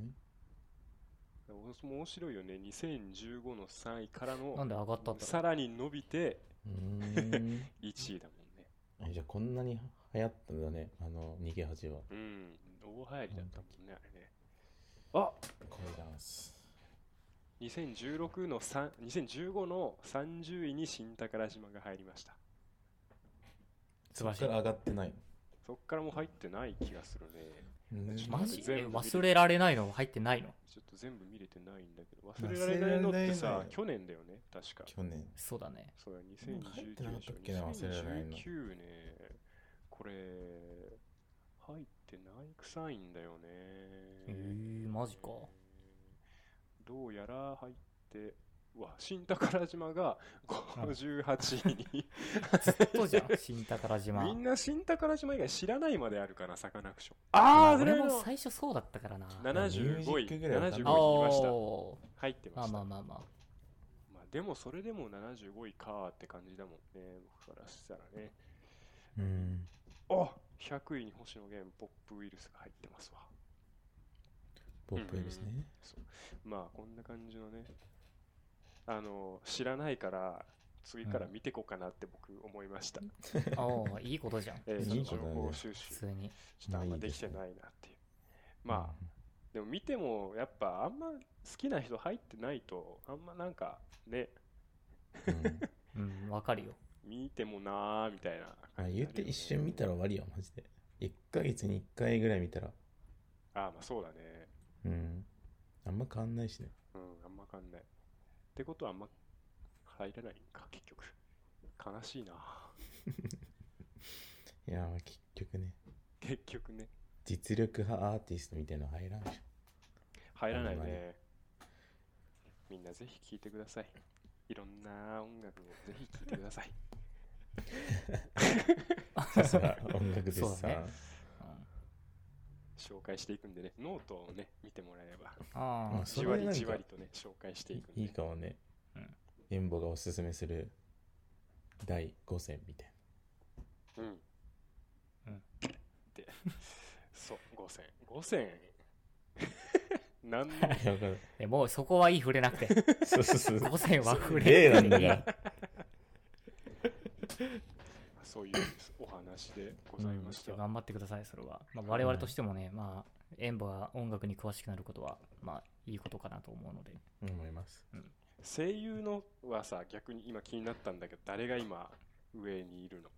ーなるほどねお面白いよね、2015の3位からの、なんで上がったんだろさらに伸びてうーん 1位だもんね。あじゃあこんなに流行ったんだね、あの、逃げ恥は。うん、大流行りだったもんね、あれね。あ恋ダンス。 2016の3 2015の30位に新宝島が入りました。素晴らしいそっから上がってない。そっからもう入ってない気がするね。うんマジ全え部見て忘れられないの入ってないのちょっと全部見れてないんだけど、忘れられないのって忘れられさない、去年だよね、確か。去年そうだねそうだ、なんか入ってな2019でかっしたっょ。けな忘れられないの2019ね、これ、入ってないくさいんだよね。えー、マジかどうやら入って、うわ、新宝島が58位に。ずっとじ ゃん新宝島みんな新宝島以外知らないまであるから、サカナクション。まああー、ずれ俺るもの最初そうだったからな !75 ミュー位、ジックぐらいあ75は位にいました。ー入ってままあした。まあまあままあでもそれでも75位かーって感じだもんね、僕からしたらね。うんあ100位に星野源、ポップウイルスが入ってますわ。ポップですね。まあこんな感じのね、あの知らないから次から見てこうかなって僕思いました。あおーいいことじゃんえーいいそこの情とだね報収普集、ちょ通にっとあんままあいいでできすてねないなっていう。まあでも見てもやっぱあんま好きな人入ってないとあんまなんかね、うん、うんわかるよ見てもなーみたいなあ感じになるよね言って一瞬見たら終わりよ、マジで。1ヶ月に1回ぐらい見たら、ああまあそうだねうん。あんま変わんないしね。うんあんまわかんないってことはあんま入らないんか結局悲しいないやー、まあ結局ね、 結局ね実力派アーティストみたいなの入らんでしょ。入らないあんまりねみんなぜひ聴いてくださいいろんな音楽をぜひ聴いてください さすが音楽ですそうだねうさ。ん紹介していくんでねノートをね見てもらえればああーそじれわはりなんかじわりとね紹介していくんでいいかもねうん。エンボがおすすめする第5選みたいな。うんうんで そう5000 5000 何のいやわかるえもうそこはいい触れなくてそうそうそう。午前は 触れ例なんだから。そういうお話でございました、頑張ってくださいそれは、まあ、我々としてもね、まあエンボが音楽に詳しくなることはまあいいことかなと思うので思います。声優のはさ逆に今気になったんだけど誰が今上にいるの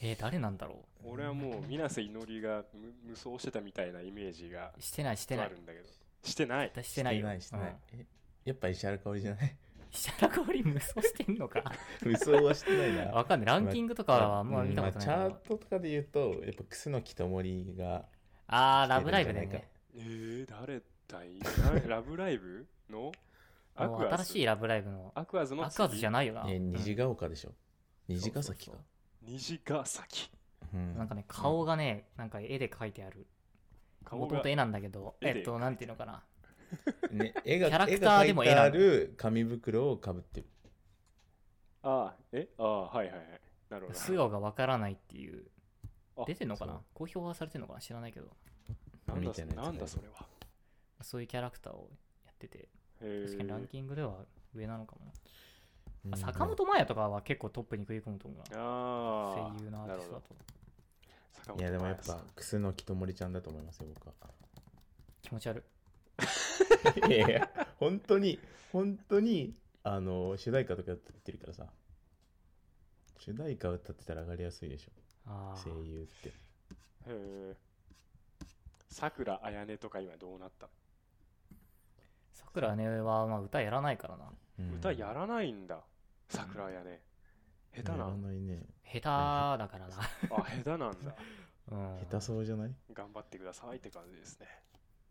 えー誰なんだろ俺はもう水瀬祈りが無無双してたみたいなイメージがうしてないしてなあいるんだけどしてない絶対してないよしてない、してない。えやっぱ石原かおりじゃない 石原香織無双してんのか嘘はしてないな。わかんないランキングとかはあんまうん見たことないまああチャートとかで言うと、やっぱ楠木智りが、あーラブライブだよ来てるんじゃないねえー、誰だいな ラブライブのアもうクア新ズしいラブライブのアクアズのアクアズじゃなないよな、えー、虹ヶ丘でしょ。虹ヶ崎そうかそう。虹ヶ崎うんなんかね顔がねなんか絵で描いてある顔もともがと絵なんだけど絵でえっとなんていうのかなね、絵がキャラク絵タがーで描もい絵てなのある紙袋をかぶってる。ああえああはいはいはいなるほど素顔がわからないっていうあ出てんのかなそう公表はされてんのかな知らないけどなんだみたいなやつなんだそれはそういうキャラクターをやっててへ確かにランーキングでは上なのかもな、うんあ坂本真綾とかは結構トップに食い込むと思うなああ声優のアーティストだと坂い本や、でもや真っ綾ぱさん、楠木智りちゃんだと思いますよ、僕は。気持ち悪いいやいや、本当に、本当に、あの、主題歌とか歌ってるからさ。主題歌歌ってたら上がりやすいでしょ、ああ声優って。へえさくらあやねとか今どうなった、さくらねはまあ歌やらないからなうん歌やらないんださくらあやね下手やならあないね。下手だからな、下手なんだうん、下手そうじゃない頑張ってくださいって感じですね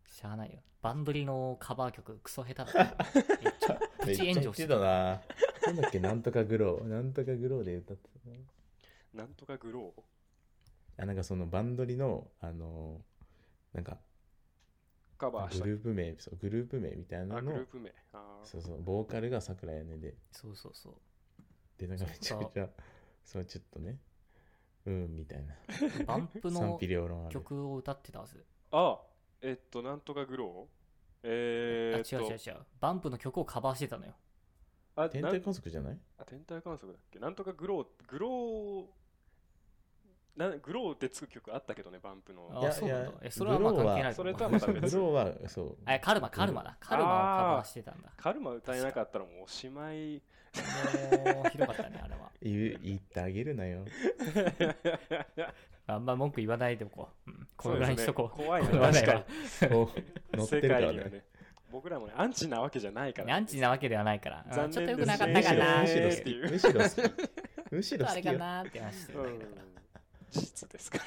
しゃあないよバンドリのカバー曲クソ下手だ からめっちゃプめっチち炎ゃ言上っしててたたな。なんだっけ、なんとかグロー。なんとかグローで歌ってたな。なんとかグローあなんかそのバンドリの、あのなんかカバーしグたループ名、そうグループ名みたいなあグルのー、プ名あーそうそう、ボーカルが桜屋根で、そうそうそうで、なんかめちゃめちゃ、そう、ちょっとね、うん、みたいな。バンプ賛の否両論ある。曲を歌ってたはずあえっとなんとかグローあえー、っと違う違う違うバンプの曲をカバーしてたのよあ天な体観測じゃないあ天体観測だっけなんとかグローグローなグローってつく曲あったけどねバンプのあいやそうなんだいやえそれはまあグローは関係ないとそ思れうとはまたグロ別ー は、そう。えカルマカルマだカルマをカバーしてたんだカルマ歌えなかったらもうおし まいもうひどかったねあれは言う言ってあげるなよ。あんま文句言わないでおこう、うん、このぐらいにしとこうそうですね怖いなこれはね確かに そう乗って世界るからにはね。ね僕らもねアンチなわけじゃないからアンチなわけではないから、うん残ちょっ念とで良くすねなかっむたしかろなーむっしろて好き。むしろ好き。むしちょろっとあ好れきかよ。なーって話してるうんだんけど、事実ですか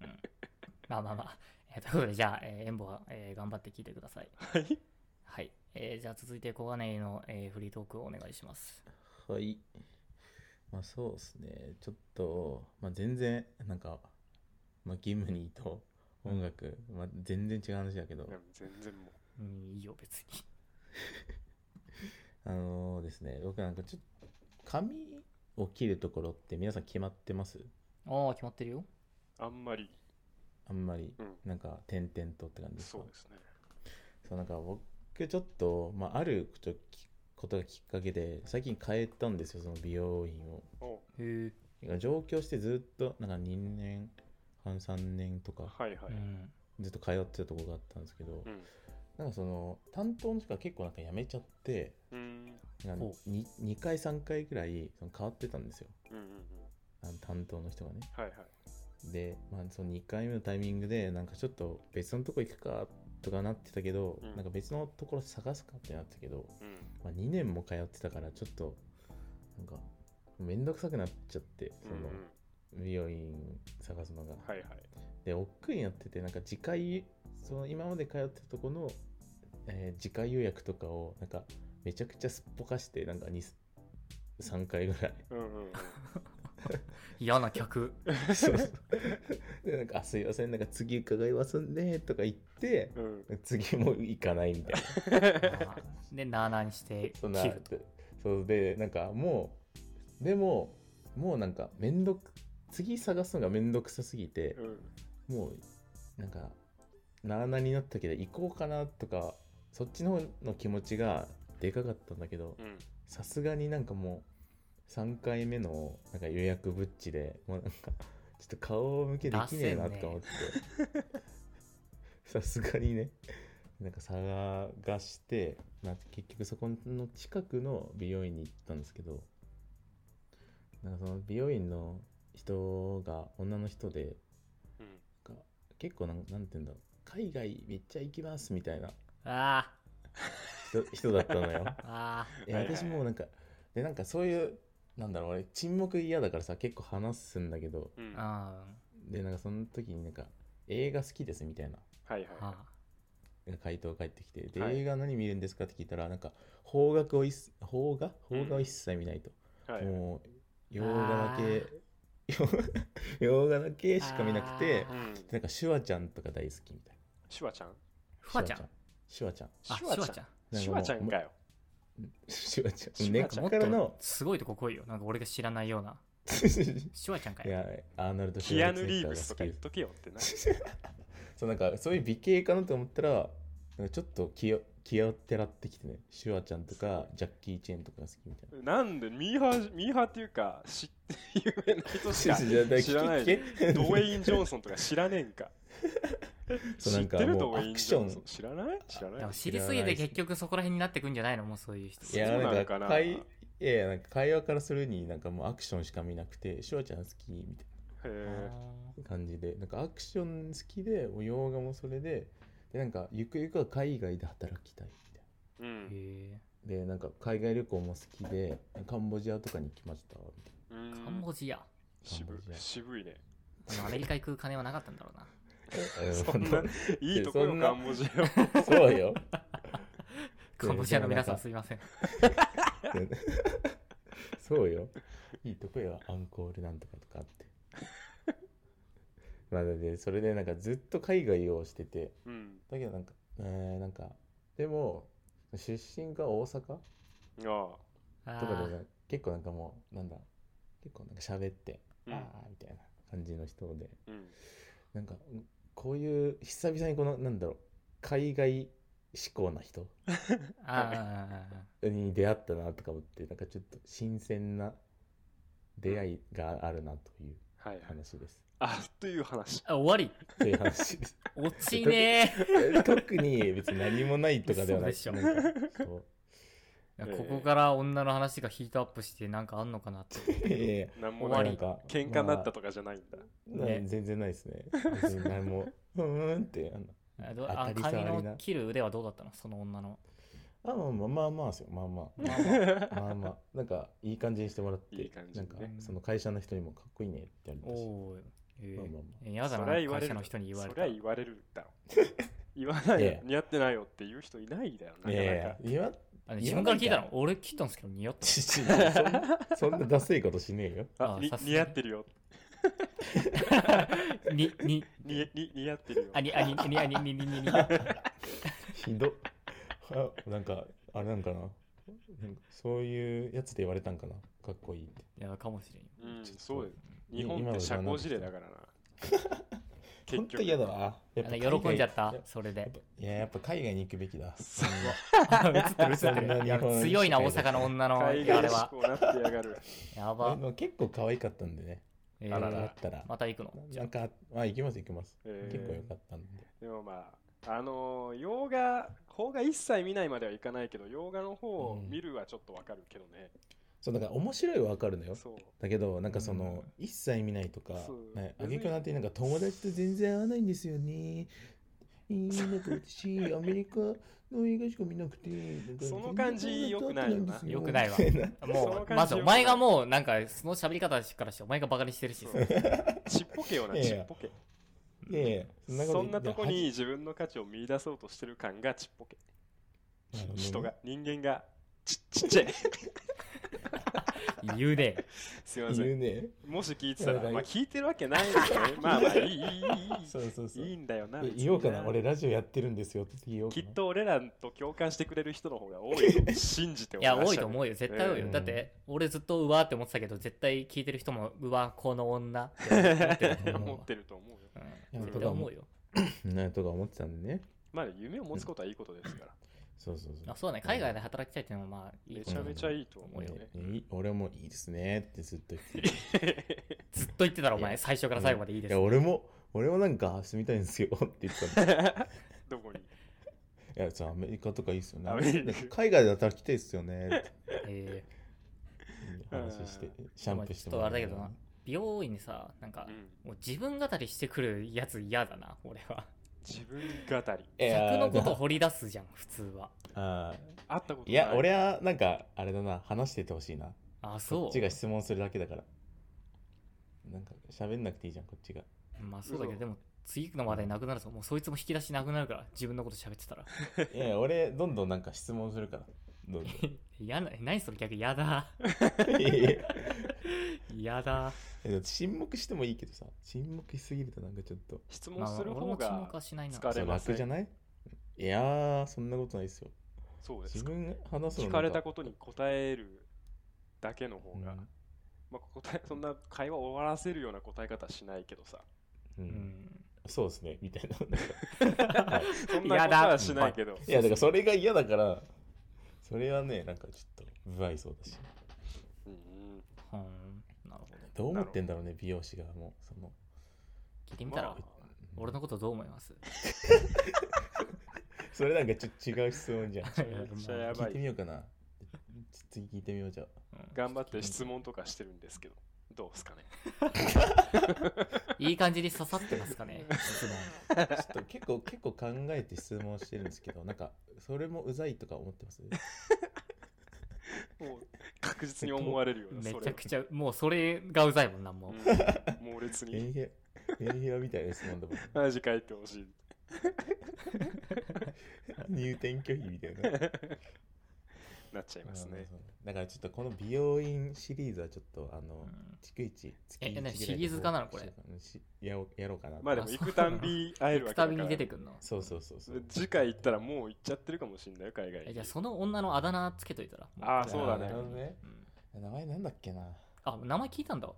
らまあまあまあ、えーということでじゃあ、えー、エンボは、えー頑張って聞いてくださいはいはい、えーじゃあ続いて小金井の、えーフリートークをお願いしますはい。まあそうですね。ちょっと、まあ全然、なんか、まあギムニーと音楽、まあ全然違う話だけど、うん全然もうんいいよ別にあのですね、僕なんかちょっと、髪を切るところって皆さん決まってますああ決まってるようあんまりあんまりうん、なんか点々とって感じですかそうですねそうなんか僕ちょっと、まあ、あるちょっときことがきっかけで最近変えたんですよその美容院をおへえ上京してずっとなんか2年半3年とかはいはい、うんずっと通ってたとこがあったんですけど、うんなんかその担当の人が結構なんか辞めちゃってうんなんかほ 2, 回3回ぐらいその変わってたんですようんうんうん。あの担当の人がねはいはい。で、まあ、その2回目のタイミングでなんかちょっと別のとこ行くかとかなってたけど、うんなんか別のところ探すかってなったけど、うん。まあ、2年も通ってたからちょっとなんかめんどくさくなっちゃってそうんうのん美容院探すのが、はいはい。で億劫になっててなんか次回その今まで通ってたとこの、えー次回予約とかをなんかめちゃくちゃすっぽかしてなんか2 3回 ぐらいうんうんうん。嫌な客。そうそうでなんかあ「すいませんなんか次伺いますんで」とか言ってうん。次も行かないみたいなあーで、なあなあにしてそんな切ると。そうでなんかもうでももうなんかめんどく次探すのがめんどくさすぎてうん。もうなんかなあなあになったけど行こうかなとかそっちの方の気持ちがでかかったんだけどうん。さすがになんかもう3回目のなんか予約ぶっちでもうなんかちょっと顔を向けできねえなとか思って さすがにねなんか探して、まあ、結局そこの近くの美容院に行ったんですけどなんかその美容院の人が女の人でうん。なんか結構なんなんて言うんだろう海外めっちゃ行きますみたいなあ人人だったのよ。あ、あいやはいはい私もうなんかでなんかそういうなんだろう俺沈黙嫌だからさ結構話すんだけどうん。はいあ、うん。でなんかその時になんか映画好きですみたいなはい。あなんか回答返ってきてで、はい映画何見るんですかって聞いたらなんか邦楽をいっ邦画邦画を一切見ないと、はい。もう洋画だけ 洋画だけしか見なくてあうん。なんかシュワちゃんとか大好きみたいなシュワちゃんふわちゃん。シュワちゃんあ、シシュワちュワちゃゃんん。シュワちゃんかよ。シュワちゃシんュワちゃも猫っからの とすごいとこ来いよ。なんか俺が知らないような。 いシュワちゃんかよ。やアーノルド・シュキアワルヌ・ツェネリッーガーブがスと好かき言でっすとけよってな。 そうなんかそういう美形かなと思ったらなんかちょっと気を気をてらってきてねシュワちゃんとかジャッキー・チェーンとかが好きみたいなな。んでミーハー、ミーハーっていうか、知って、有名な人し か知らない。聞ドけウェイン・ジョンソンとか知らねえんか。そう知なっんかてるもドうウェイン・ジョンソアン。ク知らない知らでなもい。知りすぎて結局そこら辺になってくんじゃないのもうそういう人。いやそうななのんかかな会い いやなんか会話からするになんかもうアクションしか見なくてシュワちゃん好きみたいへえ。あな感じでなんかアクション好きでお洋画もそれででなんかゆくゆくは海外で働きたいみたいな。うーん。へでなんか海外旅行も好きでカンボジアとかに行きましたみたいカえ。カンボジア。渋い渋いね。でもアメリカ行く金はなかったんだろうな。な そんないいとこそよ、んなカンボジアは。 そうよカンボジアの皆さんでもなんかすいません。そうよ。いいとこよ、アンコールなんとかとかあって。まあで、それでなんかずっと海外をしてて、うん。だけどなんか、えー、なんか、でも、出身が大阪とかああでーなんか結構なんかもう、なんだ、結構なんか喋って、あ。うんああ、みたいな感じの人で、うん。なんか、こういう、久々にこの、なんだろう、海外志向な人あー。に出会ったなとか思って、なんかちょっと新鮮な出会いがあるなというはいはい。話です。あ、という話。あ、終わり。っていう話です。落ちね え。 特に別に何もないとかではない。嘘でしなんかそうえーここから女の話がヒートアップしてなんかあんのかなって。いやいやなんも終わなりい。なんか喧嘩になったと、とかじゃないんだ。まあね全然ないで すね。別に何も、うーんって。あのあどう当たあり髪障りなの切る腕はどうだったのその女の。あまあまあまあまあですよ。まあまあ。まあまあまあまあ。なんか、いい感じにしてもらって、いい感じなんにかね、その会社の人にもかっこいいねって言われたし。おーえまあまあー。嫌だそな、りゃ言わ会れる社の人に言われそりゃた言われる だろ。言わないいよやいや似合ってないよって言う人いないだよ。なかいやいやいなやか。いや、あ自分から聞いたの言わないか俺切ったんですけど似合 ってちちそんな そんなダセいことしねえよ。ああにさすがに似合ってるよ。る。に、に、にに似合ってるよ。あに、あに、に、あに、に、に、に、に。ひどっあなんかあれなんかななんかそういうやつで言われたんかなかっこいいっていや、かもしれんよ。うん、ちょっとそうだよ。い日本って社交辞令だからな。 結ほん局と嫌だわやっぱあ海の外喜んじゃったやそれや でっ。ぱいややっぱ海外に行くべきだそうあ映ってる映ってそんなる。い日や本強いな、大阪の女の、あれ海外志は。向なってやが る。やあば。の結構可愛かったんでねえあらだーらったらまた行くの。じゃなんかまあ行きます行きますえー結構良かったんででもまあ、あのー洋画、邦画一切見ないまではいかないけど、洋画の方をうん見るはちょっとわかるけどね。そうだから面白いはわかるのよ そう。だけどなんかその、一切見ないとかそうね別にあげくなんてなんか友達と全然会わないんですよねいいなんか私 アメリカの映画しか見なくてなんかその感じ全然友達と会ってんです良くない わそのも感う、じまずよお前がもう、なんか、その喋り方からして、お前がバカにしてるしそさ、うちっぽけよな、いやいちやっぽけ。いやいやそんなことそんなとこいにや自分の価値を見出そうとしてる感がちっぽけ。はじなるほどね人が、人間がち ちっちゃい。言うね。すいませ。言うんねもし聞いてたいやだからら、よまあ聞いてるわけないよね。 まあまあいい、いい、いいそうそうそいい。ういいんだよな。で別に言おうかな俺ラジオやってるんですよって言おうかきなっと俺らと共感してくれる人の方が多い と信じておいりまや、したね多いと思うよ。絶対多いよ。うんだって、俺ずっとうわーって思ってたけど、絶対聞いてる人も、うわ、この女 って思ってると思思うわってると思うよ。ういん。や絶対思うよ。なんとか思ってたんでねまあ夢を持つことはいいことですから。そうそうそうあそうだね。海外で働きたいっていうのは、まあ、いいめことちゃだねめちゃいいと思うだよよね。いやいい俺もいいですねってずっと言ってるずっと言ってたら、おい前、や最初から最後までいいでいすや。俺も俺もなんか住みたいんですよって言ってた のどこにいや、そうアメリカとかいいっすよね。アメリカ海外だったら来ていいっすよね。ってえ話して、シャンプーしてちょっとあれだいけどなー美容院にさ、なんかう、んもう自分語りしてくるやつ嫌だな、俺は。自分語り。いや客のこと掘り出すじゃん、普通は。あ会ったことーいや、俺は。はなんか、あれだな、話しててほしいな。あ、こそっちがう。質問するだけだから。なんか、喋んなくていいじゃん、こっちが。まあ、そうだけど、でも、次の話題なくなるぞ。もう、そいつも引き出しなくなるから、自分のこと喋ってたら。いやいや、俺、どんどんなんか質問するから。どんどん嫌な、何その客、嫌だ。 いやいやい嫌だ。や沈黙してもいいけどさ、沈黙しすぎるとなんかちょっと、質ま問あ、す俺るも方沈黙がはしないな。疲あれそうません楽じゃないいやー、そんなことないっすよ。そうです自か。分話すの聞なかんれたことに答えるだけの方が、うんまあ答え そんな会話を終わらせるような答え方はしないけどさ。ううんん。そうですね、みたいな。 そんなことはしないけど。いや、だからそれが嫌だから、それはね、なんかちょっと、不愛想だし。うんうんほん。なるほど。どう思ってんだろうね、美容師がもう、その。聞いてみたらま、俺のことどう思いますそれなんかちょっと違う質問じゃん。あめっち ゃやば聞いてみい。ようかな。ちょ次聞いてみようじゃあ。頑張って質問とかしてるんですけど、どうですかね。いい感じに刺さってますかね質問。ちょっと結構、結構考えて質問してるんですけど、なんか、それもうざいとか思ってますもう 確実に思われるような、めそちれゃはくちゃ、もうそれがうざいもんな、もう。うん猛烈メにンヘラ、メンヘラみたいな質問 だもん。マジ書いてほしい。入店拒否みたいな。なっちゃいますね。そうだからちょっとこの美容院シリーズはちょっと、あの、うん逐一月え一ぐらい何でシリーズ化なのこれしやろうやろうかなまあでも行くたんび会える行くわけだたかびらに出てくんの。そうそうそうそう次回行ったらもう行っちゃってるかもしんないよ、海外えにじゃあ、。その女のあだ名つけといたら。もあーそうだねなるほどねうん名前なんだっけないあ、名前聞いたんだ。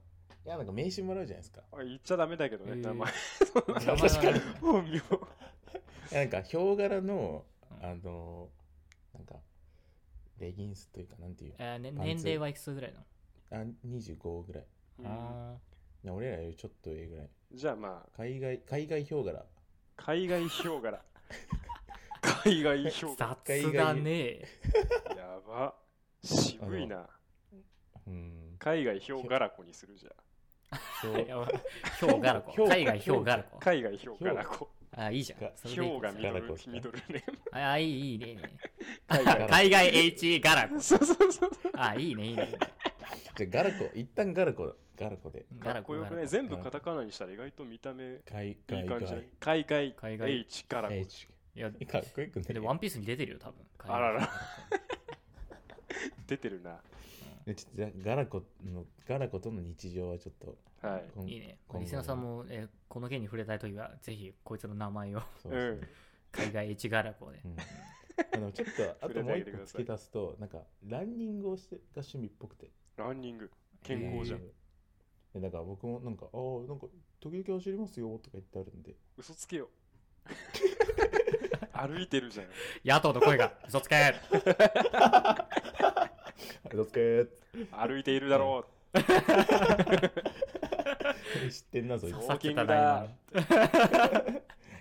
やなんか名刺もらうじゃないですかあ言っちゃダメだけどね、えー 名名前。前は確かに本名。いやなんかヒョウ柄のうんあのなんかレギンスというかなんていう えーねパンツ年齢はいくつぐらいなあ25ぐらいうんのいや俺らよりちょっと上ぐらいじゃあまあ、海外海外ヒョウ柄海外ヒョ ウ柄。海外ヒョウ柄。雑だね。やば。渋いな。うん海外ヒョウ柄子にするじゃん。ヒ ョウひょうがらひょこ。う海外ひょうがらこ。海外ヒョウ柄子。あ、いいじゃんが。それヒでいいョウがミド柄子ルですねミドルネーム。ああ、いい、いいね、いいね。海外海外 H ガラコ。 そうそうそう。あ、いいね、いいね。じゃあガラコ一旦ガラコガラコでガかラっコこよくガないラコ全部カタカナにしたら意外と見た目い海い外感じ外海外海外 H からこ H いや、かっこよくねで、ワンピースに出てるよ、多分。あらら。 出てるな。えちょっとじゃあガラコのガラコとの日常はちょっとはい。今いいね。今後リスナーさんも、えーこの件に触れたいときは、ぜひ、こいつの名前を、そう。うそうん海外 H ガラコでう。ん あのちょっとあ触れとてもあうげ一てく個ださい付け足すとなんかランニングをしてが趣味っぽくてランニング。健康じゃんえ。ーえだから僕もなんかああなんか時々走りますよとか言ってあるんで嘘つけよ。 歩いてるじゃん。野党の声が、嘘つけあれだけ歩いているだろ知ってんなそいつ刺う。そうウォーキングだ。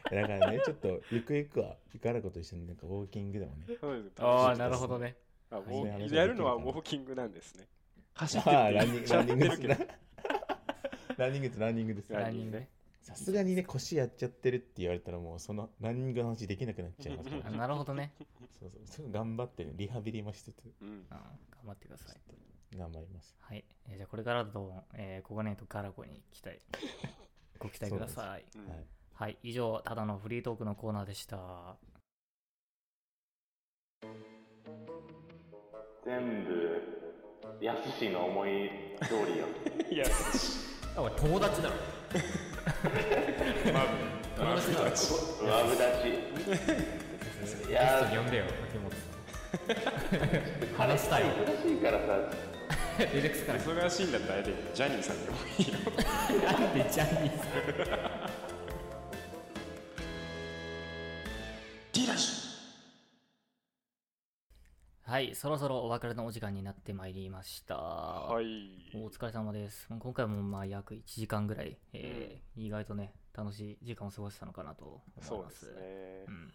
だからね、ちょっとゆくゆくは、ゆからこと一緒になんかウォーキングでもね。そうですああ、ーなるほどね。あウ初めォ話ーがやるのはウできるかなォーキングなんですね。走ってるああ、ってランニ言ンっグ、ちゃラっンてニングでるすけなど。。ランニングです、ランニングです。ラランンニニンンググねね。さすがにね、腰やっちゃってるって言われたら、もうそのランニングの話できなくなっちゃいますかあら。なるほどね。そうそう、そう頑張ってね、リハビリもしつつ、うんうん、頑張ってください。頑張ります。はい。えーじゃあ、これからだと、えー、コガネとガラゴに期待。ご期待ください。うんはい。はい。以上、ただのフリートークのコーナーでした。全部やすしの思い通りよ いや、あ、おい友達 だろ。友達だろ。 上ぶだしいや呼んでよ、秋元さん。話したい。ー難しいからさエレックスから忙しいんだったらあれでジャニーさんでもいいなよ。んでジャニーズはい、そろそろお別れのお時間になってまいりました。は。はいお疲れ様です。今回もまあ約1時間ぐらい、えー意外とね、楽しい時間を過ごせたのかなと思そいうま。ですすねう。ん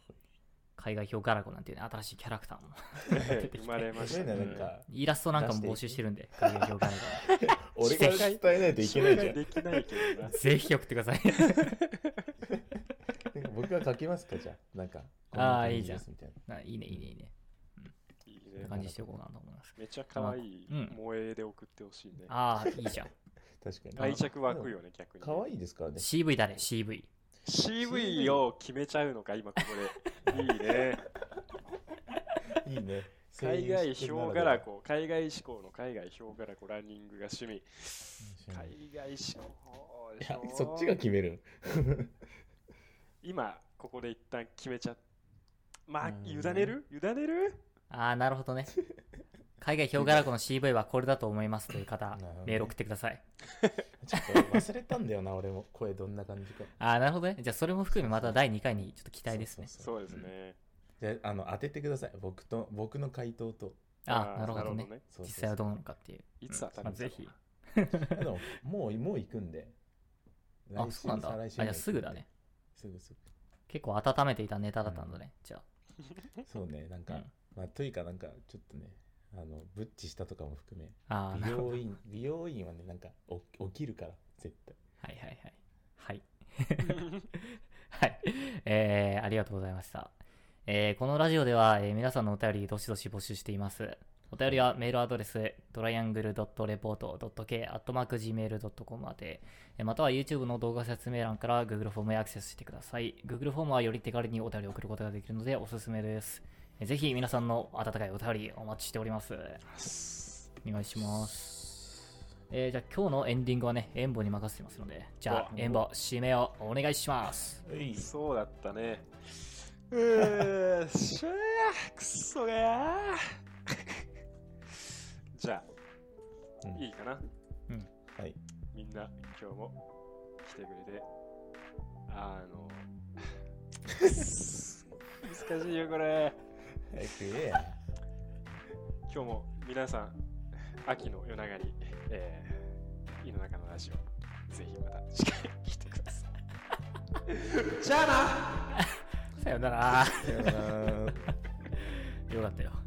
海外表ガラコなんていうね、新しいキャラクターも。 生まれましそういたうのはなんね。か、イラストなんかも募集してるんで、海外表ガラ俺が伝えないといけないじゃん。できないけ ど なコ。。ぜひ送ってください。なんか僕が書きますか、じゃあ。なんか、あーいいじゃんこな感ですみたいな。あいいね、いいね、いいね。いいこんねな。感じにしていこうかなと思います。めっちゃ可愛いうん萌えで送ってほしいね。ああ、いいじゃん。確かに。愛着湧くよね、逆に。可愛いですからね。 CV だね、CV。 CV を決めちゃうのか、今ここ で。いいね。いいね。海外ヒョウガラこコ、海外志向の海外ヒョウガラコ、ランニングが趣味。海外志向でいしやょ、そっちが決める。今、ここで一旦決めちゃまあ、うん委ねる委ねるああ、なるほどね。海外表ガラコの CV はこれだと思いますという 方なるほどね、メール送ってください。ちょっと忘れたんだよな、 俺も。声どんな感じか。ああ、なるほどね。じゃあ、それも含めまた第2回にちょっと期待ですね。そうそうそうですね。そうであの当ててください。僕と、僕の回答と。あーあ、なるほどね。そうそうそう実際はどうなのかっていう。いつ当たまるのあ、ぜひ。 でも、もう、もう行くんで。あ、来週そうなんだ。再あ、来週じゃあすぐだね。すぐす結構温めていたネタだったんだね。じゃぐ。そうね、なんあ。うか、んまあ、というか、なんか、ちょっとね、あの、ブッチしたとかも含め、ああ、な美るほど。容院、美容院はね、なんか、お起きるから、絶対。はいはいはい。はい。 はい。えー、ありがとうございました。えー、このラジオでは、えー皆さんのお便り、どしどし募集しています。お便りはメールアドレス、triangle.report.k.gmail.com まで、えーまたは YouTube の動画説明欄から Google フォームへアクセスしてください。Google フォームはより手軽にお便りを送ることができるのでおすすめです。えーぜひ皆さんの温かいお便りお待ちしております。お願いします。えーじゃあ今日のエンディングはね、エンボに任せてますので、じゃあうわエンボ締めをお願いします。そうだったね。うーしゃー、くそがー。 じゃあ、うんいいかな。はい。みんな、今日も来てくれて。あ の、難しいよ、これ。早く言えや。今日も皆さん、秋の夜長に、えー、井の中のラジオ、ぜひまた次回来てください。じゃあなさよなら。さよならよかったよ。